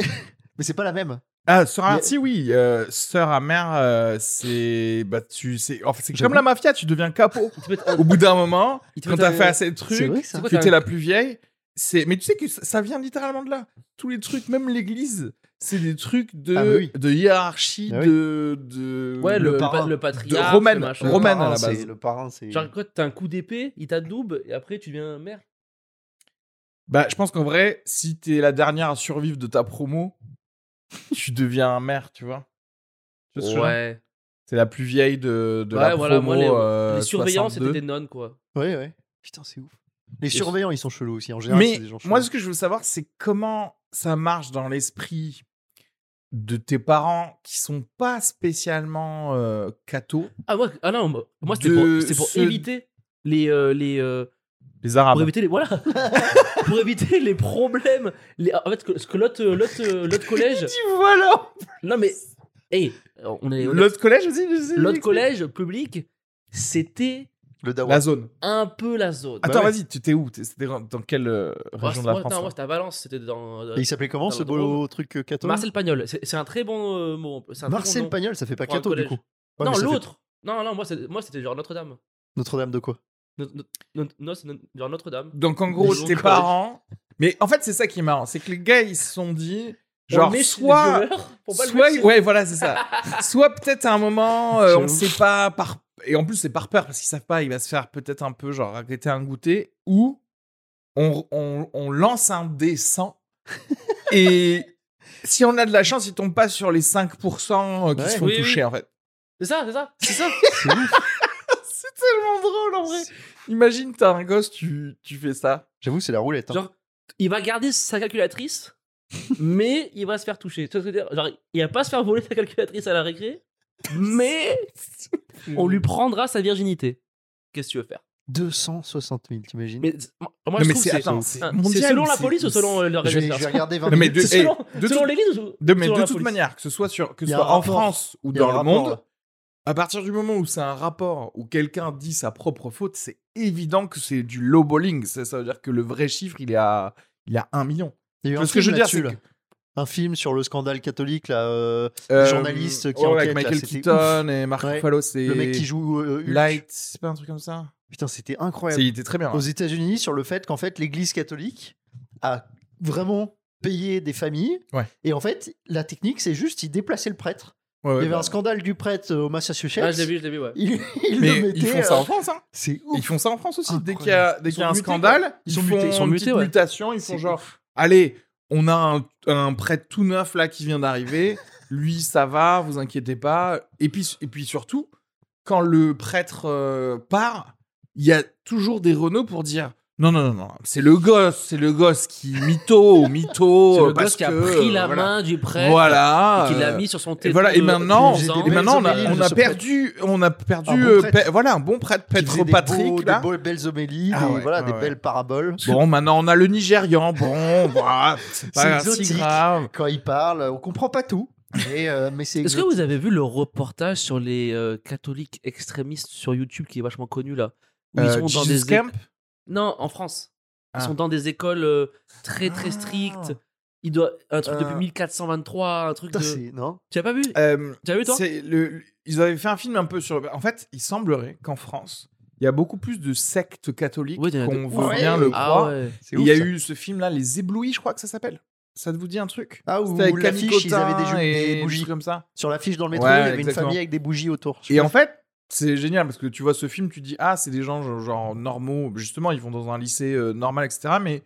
Speaker 2: Mais c'est pas la même. hein.
Speaker 1: Ah, sœur
Speaker 2: Mais-
Speaker 1: à si oui, euh, sœur à mère, euh, c'est bah tu c'est enfin, c'est
Speaker 2: J'avoue.
Speaker 1: comme la mafia, tu deviens capot.
Speaker 3: Il te met un-
Speaker 1: Au bout d'un moment,
Speaker 3: il te
Speaker 1: quand
Speaker 3: met
Speaker 1: t'as
Speaker 3: un-
Speaker 1: fait assez de
Speaker 2: C'est
Speaker 1: trucs,
Speaker 2: vrai ça.
Speaker 3: C'est quoi,
Speaker 1: que
Speaker 3: t'as
Speaker 1: t'es
Speaker 3: un-
Speaker 1: la plus vieille, c'est mais tu sais que ça ça vient littéralement de là. Tous les trucs, même l'église, c'est des trucs de
Speaker 2: Ah, mais oui.
Speaker 1: de hiérarchie,
Speaker 2: Ah oui.
Speaker 1: de de
Speaker 3: Ouais, le,
Speaker 2: le
Speaker 3: le,
Speaker 2: parrain.
Speaker 3: pa- le patriarche. le
Speaker 1: romaine,
Speaker 3: machin.
Speaker 2: Le
Speaker 1: romaine. à
Speaker 2: parrain,
Speaker 1: la
Speaker 2: c'est-
Speaker 1: base.
Speaker 2: Le parrain, c'est.
Speaker 3: Genre, quand t'as un coup d'épée, il t'adoube, et après, tu deviens mère.
Speaker 1: Bah, je pense qu'en vrai, si t'es la dernière à survivre de ta promo, tu deviens un maire, tu vois. Tu vois ce que je veux dire
Speaker 3: Ouais.
Speaker 1: C'est la plus vieille de, de
Speaker 3: Ouais,
Speaker 1: la
Speaker 3: voilà,
Speaker 1: promo.
Speaker 3: moi, les,
Speaker 1: euh,
Speaker 3: les surveillants, c'était
Speaker 1: 62.
Speaker 3: des nonnes, quoi.
Speaker 2: Ouais, ouais. Putain, c'est ouf. Les
Speaker 3: Et-
Speaker 2: surveillants, ils sont chelous aussi. En général,
Speaker 1: Mais
Speaker 2: c'est des gens chelous.
Speaker 1: moi, ce que je veux savoir, c'est comment ça marche dans l'esprit de tes parents qui sont pas spécialement euh, cathos,
Speaker 3: Ah, moi, ah non, moi, moi, c'était
Speaker 1: De
Speaker 3: pour, c'était pour
Speaker 1: ce- Ah bah.
Speaker 3: éviter les. euh, les euh,
Speaker 1: les arabes.
Speaker 3: pour éviter les. Voilà Pour éviter les problèmes. Les, ah, en fait, ce que- ce que l'autre euh, l'autre- l'autre collège.
Speaker 1: voilà
Speaker 3: Non, mais. Hé on est. on est-
Speaker 1: L'autre collège aussi je sais,
Speaker 3: L'autre
Speaker 1: j'explique.
Speaker 3: collège public, c'était
Speaker 2: Le Dawa.
Speaker 1: La zone. Bah
Speaker 3: un peu la zone.
Speaker 1: Attends,
Speaker 2: ouais.
Speaker 1: vas-y, tu t'es où T'es- C'était dans dans quelle euh,
Speaker 3: Moi,
Speaker 1: région de
Speaker 3: moi,
Speaker 1: la France
Speaker 3: non,
Speaker 1: toi
Speaker 3: moi, c'était à Valence, c'était dans. euh,
Speaker 2: Et il s'appelait comment
Speaker 3: Dans
Speaker 2: ce
Speaker 3: le Drôme.
Speaker 2: beau truc euh, catho
Speaker 3: Marcel Pagnol. C'est c'est un très bon euh, mot. on peut- c'est un très bon
Speaker 2: Marcel
Speaker 3: nom.
Speaker 2: Pagnol, ça fait pas
Speaker 3: Pour un
Speaker 2: catho du
Speaker 3: collège.
Speaker 2: coup. Ouais, mais
Speaker 3: non,
Speaker 2: ça fait-
Speaker 3: l'autre. Non, non, moi, c'est- moi, c'était genre Notre-Dame.
Speaker 2: Notre-Dame de quoi
Speaker 3: No- no- no- no- c'est no- genre Notre-Dame.
Speaker 1: Donc en gros,
Speaker 3: Ils ont
Speaker 1: tes
Speaker 3: collé.
Speaker 1: parents. Mais en fait, c'est ça qui est marrant, c'est que les gars, ils se sont dit, genre,
Speaker 3: On le met chez les
Speaker 1: soit,
Speaker 3: violeurs pour pas le
Speaker 1: soit,
Speaker 3: mettre chez-
Speaker 1: ouais, voilà, c'est ça. soit peut-être à un moment, euh, on
Speaker 2: J'avoue.
Speaker 1: sait pas par, et en plus c'est par peur parce qu'ils savent pas, il va se faire peut-être un peu genre regretter un goûter ou on, on, on lance un dé 100 et si on a de la chance, il tombe pas sur les 5% euh, qui
Speaker 2: Ouais.
Speaker 1: se font
Speaker 3: Oui, oui.
Speaker 1: toucher en fait.
Speaker 3: C'est ça, c'est ça, c'est ça.
Speaker 1: c'est tellement drôle en vrai. Imagine, t'as un gosse, tu, tu fais ça.
Speaker 2: J'avoue, c'est la roulette. hein.
Speaker 3: Genre, il va garder sa calculatrice, mais il va se faire toucher. Tu vois ce que je veux dire Genre, il va pas se faire voler sa calculatrice à la récré, mais on lui prendra sa virginité. Qu'est-ce que tu veux faire
Speaker 2: 260 000, t'imagines
Speaker 3: Mais c'est- moi,
Speaker 1: Non,
Speaker 3: moi, je
Speaker 1: mais
Speaker 3: trouve
Speaker 1: c'est-
Speaker 3: que
Speaker 1: attends,
Speaker 3: c'est
Speaker 1: c'est
Speaker 3: hein,
Speaker 1: mondial,
Speaker 3: c'est selon la
Speaker 1: c'est-
Speaker 3: police ou selon euh,
Speaker 2: je vais, je
Speaker 3: l'organisation
Speaker 2: vais regarder 20
Speaker 1: Non, mais de-
Speaker 3: C'est
Speaker 1: hey,
Speaker 3: selon,
Speaker 1: de
Speaker 3: selon
Speaker 1: toute-
Speaker 3: l'élite ou
Speaker 1: De, mais
Speaker 3: selon
Speaker 1: de
Speaker 3: la
Speaker 1: toute
Speaker 3: police Ah,
Speaker 1: manière, que ce soit, sur, que
Speaker 2: Il
Speaker 1: ce
Speaker 2: y a
Speaker 1: soit
Speaker 2: un
Speaker 1: en
Speaker 2: rapport.
Speaker 1: France ou
Speaker 2: Il y a
Speaker 1: dans
Speaker 2: un
Speaker 1: le
Speaker 2: rapport,
Speaker 1: monde,
Speaker 2: là.
Speaker 1: à partir du moment où c'est un rapport où quelqu'un dit sa propre faute, c'est évident que c'est du lowballing. Ça, ça veut dire que le vrai chiffre, il est à, il est à 1 million.
Speaker 2: Il y a eu un
Speaker 1: Ce que je
Speaker 2: film
Speaker 1: veux dire,
Speaker 2: là-dessus,
Speaker 1: c'est
Speaker 2: là. Un film sur le scandale catholique, là, euh,
Speaker 1: Euh,
Speaker 2: journaliste qui
Speaker 1: ouais,
Speaker 2: enquête,
Speaker 1: avec
Speaker 2: là,
Speaker 1: Michael
Speaker 2: c'était
Speaker 1: Keaton et Mark
Speaker 2: Ouais.
Speaker 1: Ruffalo, c'est
Speaker 2: le mec qui joue euh, Hulk.
Speaker 1: Light, c'est pas un truc comme ça.
Speaker 2: Putain, c'était
Speaker 1: C'est-
Speaker 2: incroyable.
Speaker 1: Il était très bien.
Speaker 2: Aux États-Unis, sur le fait qu'en fait, l'Église catholique a vraiment payé des familles.
Speaker 1: Ouais.
Speaker 2: Et en fait, la technique, c'est juste, il déplaçait le prêtre.
Speaker 1: Ouais, ouais,
Speaker 2: Il y avait
Speaker 1: bah,
Speaker 2: un scandale du prêtre euh, au Massachusetts.
Speaker 3: Ah, je l'ai vu, je l'ai vu, ouais.
Speaker 2: Il, il
Speaker 1: Mais
Speaker 2: le mettait.
Speaker 1: ils font ça
Speaker 2: euh,
Speaker 1: en France, hein.
Speaker 2: C'est
Speaker 1: Ils
Speaker 2: ouf.
Speaker 1: font ça en France aussi. Dès
Speaker 2: Incroyable.
Speaker 1: qu'il y a, dès
Speaker 2: Ils
Speaker 1: qu'il y a
Speaker 2: sont
Speaker 1: un
Speaker 2: mutés,
Speaker 1: scandale, ils,
Speaker 3: sont
Speaker 1: font
Speaker 3: mutés, ils sont
Speaker 1: une
Speaker 3: mutés,
Speaker 1: petite
Speaker 3: ouais.
Speaker 1: mutation, ils font
Speaker 2: C'est
Speaker 1: genre Allez, on a un, un prêtre tout neuf là qui vient d'arriver. Lui, ça va, vous inquiétez pas. Et puis, et puis surtout, quand le prêtre euh, part, il y a toujours des Renault pour dire non, non, non, non, c'est le gosse, c'est le gosse qui mytho, mytho.
Speaker 3: C'est le
Speaker 1: euh, parce
Speaker 3: gosse qui a
Speaker 1: que,
Speaker 3: pris
Speaker 1: euh,
Speaker 3: la
Speaker 1: voilà.
Speaker 3: main du prêtre
Speaker 1: Voilà.
Speaker 3: et qui l'a
Speaker 1: euh,
Speaker 3: mis sur son
Speaker 1: et
Speaker 3: téton.
Speaker 1: voilà, et
Speaker 3: de-
Speaker 1: maintenant,
Speaker 3: de 12 ans.
Speaker 1: et maintenant on a,
Speaker 2: belles
Speaker 1: on
Speaker 2: homélies de
Speaker 1: a
Speaker 2: ce
Speaker 1: perdu, on a perdu,
Speaker 2: Un bon
Speaker 1: euh,
Speaker 2: prêtre.
Speaker 1: pe- voilà, un bon prêtre,
Speaker 2: Qui faisait
Speaker 1: Petre
Speaker 2: des
Speaker 1: Patrick,
Speaker 2: beaux-
Speaker 1: là.
Speaker 2: Des beaux- belles homélies,
Speaker 1: Ah
Speaker 2: des,
Speaker 1: ouais,
Speaker 2: voilà,
Speaker 1: ouais,
Speaker 2: des
Speaker 1: ouais.
Speaker 2: belles paraboles.
Speaker 1: Bon, maintenant on a le Nigérian. Bon, bah, c'est pas
Speaker 2: C'est
Speaker 1: si
Speaker 2: exotique.
Speaker 1: grave.
Speaker 2: Quand il parle, on comprend pas tout. Mais, euh, mais c'est
Speaker 3: Est-ce que vous avez vu le reportage sur les euh, catholiques extrémistes sur YouTube qui est vachement connu là Où
Speaker 1: Euh,
Speaker 3: sont dans
Speaker 1: Jesus
Speaker 3: des é-
Speaker 1: Camp
Speaker 3: Non, en France.
Speaker 1: Ah.
Speaker 3: Ils sont dans des écoles euh, très
Speaker 1: Ah.
Speaker 3: très strictes. Il doit un truc depuis
Speaker 1: Euh.
Speaker 3: 1423, un truc
Speaker 2: Putain,
Speaker 3: de.
Speaker 2: c'est- non
Speaker 3: Tu as pas vu
Speaker 1: Euh,
Speaker 3: Tu as vu toi
Speaker 1: c'est le, ils avaient fait un film un peu sur. En fait, il semblerait qu'en France, il y a beaucoup plus de sectes catholiques
Speaker 3: Ouais, de- de
Speaker 1: qu'on
Speaker 3: ouf.
Speaker 1: veut bien le
Speaker 3: Ah
Speaker 1: croire.
Speaker 3: ouais.
Speaker 2: C'est
Speaker 1: Il y
Speaker 2: ouf,
Speaker 1: a
Speaker 2: ça.
Speaker 1: eu ce film-là, Les Éblouis, je crois que ça s'appelle. Ça vous dit un truc
Speaker 2: Ah, où
Speaker 1: C'était avec Camille
Speaker 2: l'affiche, ils avaient des,
Speaker 1: Cotin
Speaker 2: jou- des
Speaker 1: et
Speaker 2: bougies.
Speaker 1: trucs comme ça.
Speaker 2: Sur l'affiche dans le métro,
Speaker 1: Ouais,
Speaker 2: il y avait une
Speaker 1: exactement.
Speaker 2: famille avec des bougies autour.
Speaker 1: Et en fait, c'est génial parce que tu vois ce film, tu te dis ah c'est des gens genre, genre normaux, justement ils vont dans un lycée euh, normal etc. Mais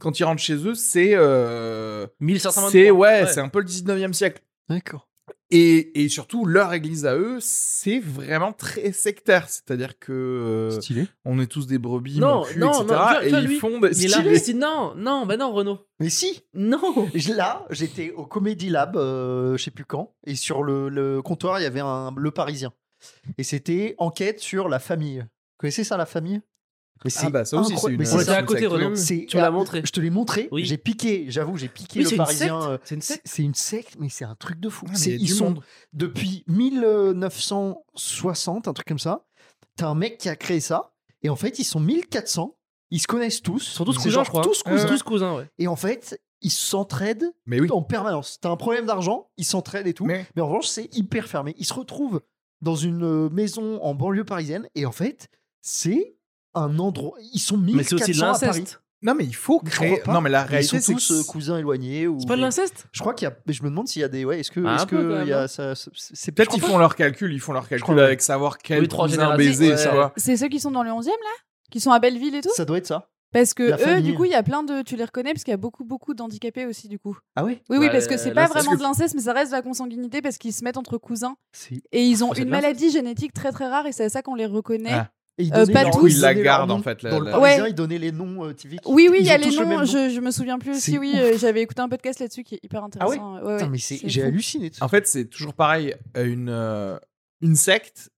Speaker 1: quand ils rentrent chez eux, c'est euh,
Speaker 3: 1523.
Speaker 1: c'est ouais, c'est un peu le 19e siècle.
Speaker 2: D'accord.
Speaker 1: Et, et surtout leur église à eux, c'est vraiment très sectaire, c'est-à-dire que euh,
Speaker 2: Stylé.
Speaker 1: on est tous des brebis,
Speaker 3: Non,
Speaker 1: mon cul,
Speaker 3: non,
Speaker 1: etc.
Speaker 3: non, tu vois- tu vois,
Speaker 1: et ils
Speaker 3: lui,
Speaker 1: font des
Speaker 3: Il est là,
Speaker 1: stylés.
Speaker 3: il dit non, non, bah non, Renaud.
Speaker 2: Mais si
Speaker 3: Non
Speaker 2: Je- Là, j'étais au Comedy Lab, euh, je sais plus quand, et sur le, le comptoir, il y avait un Le Parisien. Et c'était enquête sur la famille. Vous connaissez ça, la famille Mais
Speaker 1: Ah,
Speaker 2: c'est
Speaker 5: bah, ça aussi, c'est
Speaker 2: incroyable.
Speaker 5: une-
Speaker 2: Mais
Speaker 3: On
Speaker 2: c'est
Speaker 3: était
Speaker 2: ça.
Speaker 3: à côté,
Speaker 5: Oui, oui,
Speaker 3: Renaud.
Speaker 5: oui.
Speaker 2: C'est-
Speaker 3: Tu me l'as
Speaker 2: ah,
Speaker 3: montré.
Speaker 2: Je te l'ai montré.
Speaker 3: Oui.
Speaker 2: J'ai piqué. J'avoue, j'ai piqué
Speaker 3: Oui,
Speaker 2: le
Speaker 3: c'est une secte.
Speaker 2: Parisien. euh,
Speaker 3: C'est une secte.
Speaker 2: C'est une secte, mais c'est un truc de fou.
Speaker 5: Ah, mais
Speaker 2: C'est-
Speaker 5: il y a
Speaker 2: ils
Speaker 5: du
Speaker 2: sont
Speaker 5: monde.
Speaker 2: depuis 1960, un truc comme ça. T'as un mec qui a créé ça, et en fait, ils sont 1400. Ils se connaissent tous.
Speaker 3: Ils sont tous
Speaker 2: C'est
Speaker 3: cousins,
Speaker 2: genre
Speaker 3: je crois.
Speaker 2: Tous
Speaker 3: Ils sont
Speaker 2: cousins.
Speaker 3: tous cousins, ouais.
Speaker 2: Et en fait, ils s'entraident
Speaker 1: Mais oui.
Speaker 2: en permanence. T'as un problème d'argent, ils s'entraident et tout. Mais...
Speaker 1: Mais-
Speaker 2: en revanche, c'est hyper fermé. Ils se retrouvent dans une euh, maison en banlieue parisienne, et en fait, c'est un endroit. Ils sont 1400
Speaker 3: Mais c'est aussi de
Speaker 2: à Paris.
Speaker 3: l'inceste.
Speaker 1: Non, mais il faut
Speaker 2: Je
Speaker 1: créer.
Speaker 2: crois pas.
Speaker 1: Non, mais la
Speaker 2: Ils sont
Speaker 1: réalité, c'est
Speaker 2: tous
Speaker 1: que-
Speaker 2: euh, cousins éloignés. Ou...
Speaker 3: C'est pas de l'inceste
Speaker 2: Je crois qu'il y a. mais Je me demande s'il y a des. Ouais, est-ce que.
Speaker 3: Ah, un
Speaker 2: est-ce
Speaker 3: peu, quand
Speaker 2: que il y a
Speaker 3: même,
Speaker 2: ça. c'est- C'est
Speaker 1: Peut-être
Speaker 2: je
Speaker 1: qu'ils
Speaker 2: crois
Speaker 1: font leur calcul, ils font leur
Speaker 2: crois
Speaker 1: calcul
Speaker 2: pas.
Speaker 1: avec savoir quel
Speaker 3: Oui, trois
Speaker 1: cousin
Speaker 3: générations,
Speaker 1: baiser,
Speaker 3: ouais.
Speaker 1: tu vois.
Speaker 6: C'est ceux qui sont dans le 11e là Qui sont à Belleville et tout
Speaker 2: pas. Ça doit être ça.
Speaker 6: Parce
Speaker 2: La
Speaker 6: que eux,
Speaker 2: famille.
Speaker 6: du coup, il y a plein de. Tu les reconnais parce qu'il y a beaucoup, beaucoup d'handicapés aussi, du coup.
Speaker 2: Ah ouais.
Speaker 6: Oui, oui,
Speaker 3: Ouais,
Speaker 6: parce que
Speaker 3: là,
Speaker 6: c'est pas
Speaker 3: c'est-
Speaker 6: vraiment
Speaker 3: parce
Speaker 6: de l'inceste, mais ça reste de la consanguinité parce qu'ils se mettent entre cousins.
Speaker 2: Si. Et
Speaker 6: Et ils ont
Speaker 3: Ah, c'est
Speaker 6: une
Speaker 3: de l'inceste.
Speaker 6: maladie génétique très, très rare et c'est à ça qu'on les reconnaît.
Speaker 1: Ah.
Speaker 2: ils
Speaker 6: Euh,
Speaker 2: donnaient
Speaker 6: pas
Speaker 2: leur-
Speaker 6: Du coup, tous.
Speaker 2: ils donnaient
Speaker 1: ils la
Speaker 2: leur
Speaker 1: gardent,
Speaker 2: nom.
Speaker 1: en fait, la-
Speaker 2: Dans le
Speaker 1: la-
Speaker 2: Parisien,
Speaker 6: Ouais.
Speaker 2: ils donnaient les noms euh, typiques.
Speaker 6: Oui, oui,
Speaker 2: Ils
Speaker 6: il y a
Speaker 2: ont
Speaker 6: les
Speaker 2: tous le même
Speaker 6: noms.
Speaker 2: nom.
Speaker 6: Je, je me souviens plus
Speaker 2: C'est
Speaker 6: aussi. Oui,
Speaker 2: ouf. Ah
Speaker 6: euh, j'avais écouté un podcast là-dessus qui est hyper
Speaker 2: ouais
Speaker 6: intéressant. ouais,
Speaker 2: Putain,
Speaker 6: ouais,
Speaker 2: mais c'est-
Speaker 6: c'est
Speaker 2: j'ai
Speaker 6: fou.
Speaker 2: halluciné.
Speaker 1: En fait, c'est toujours pareil. euh, Une, euh, une secte,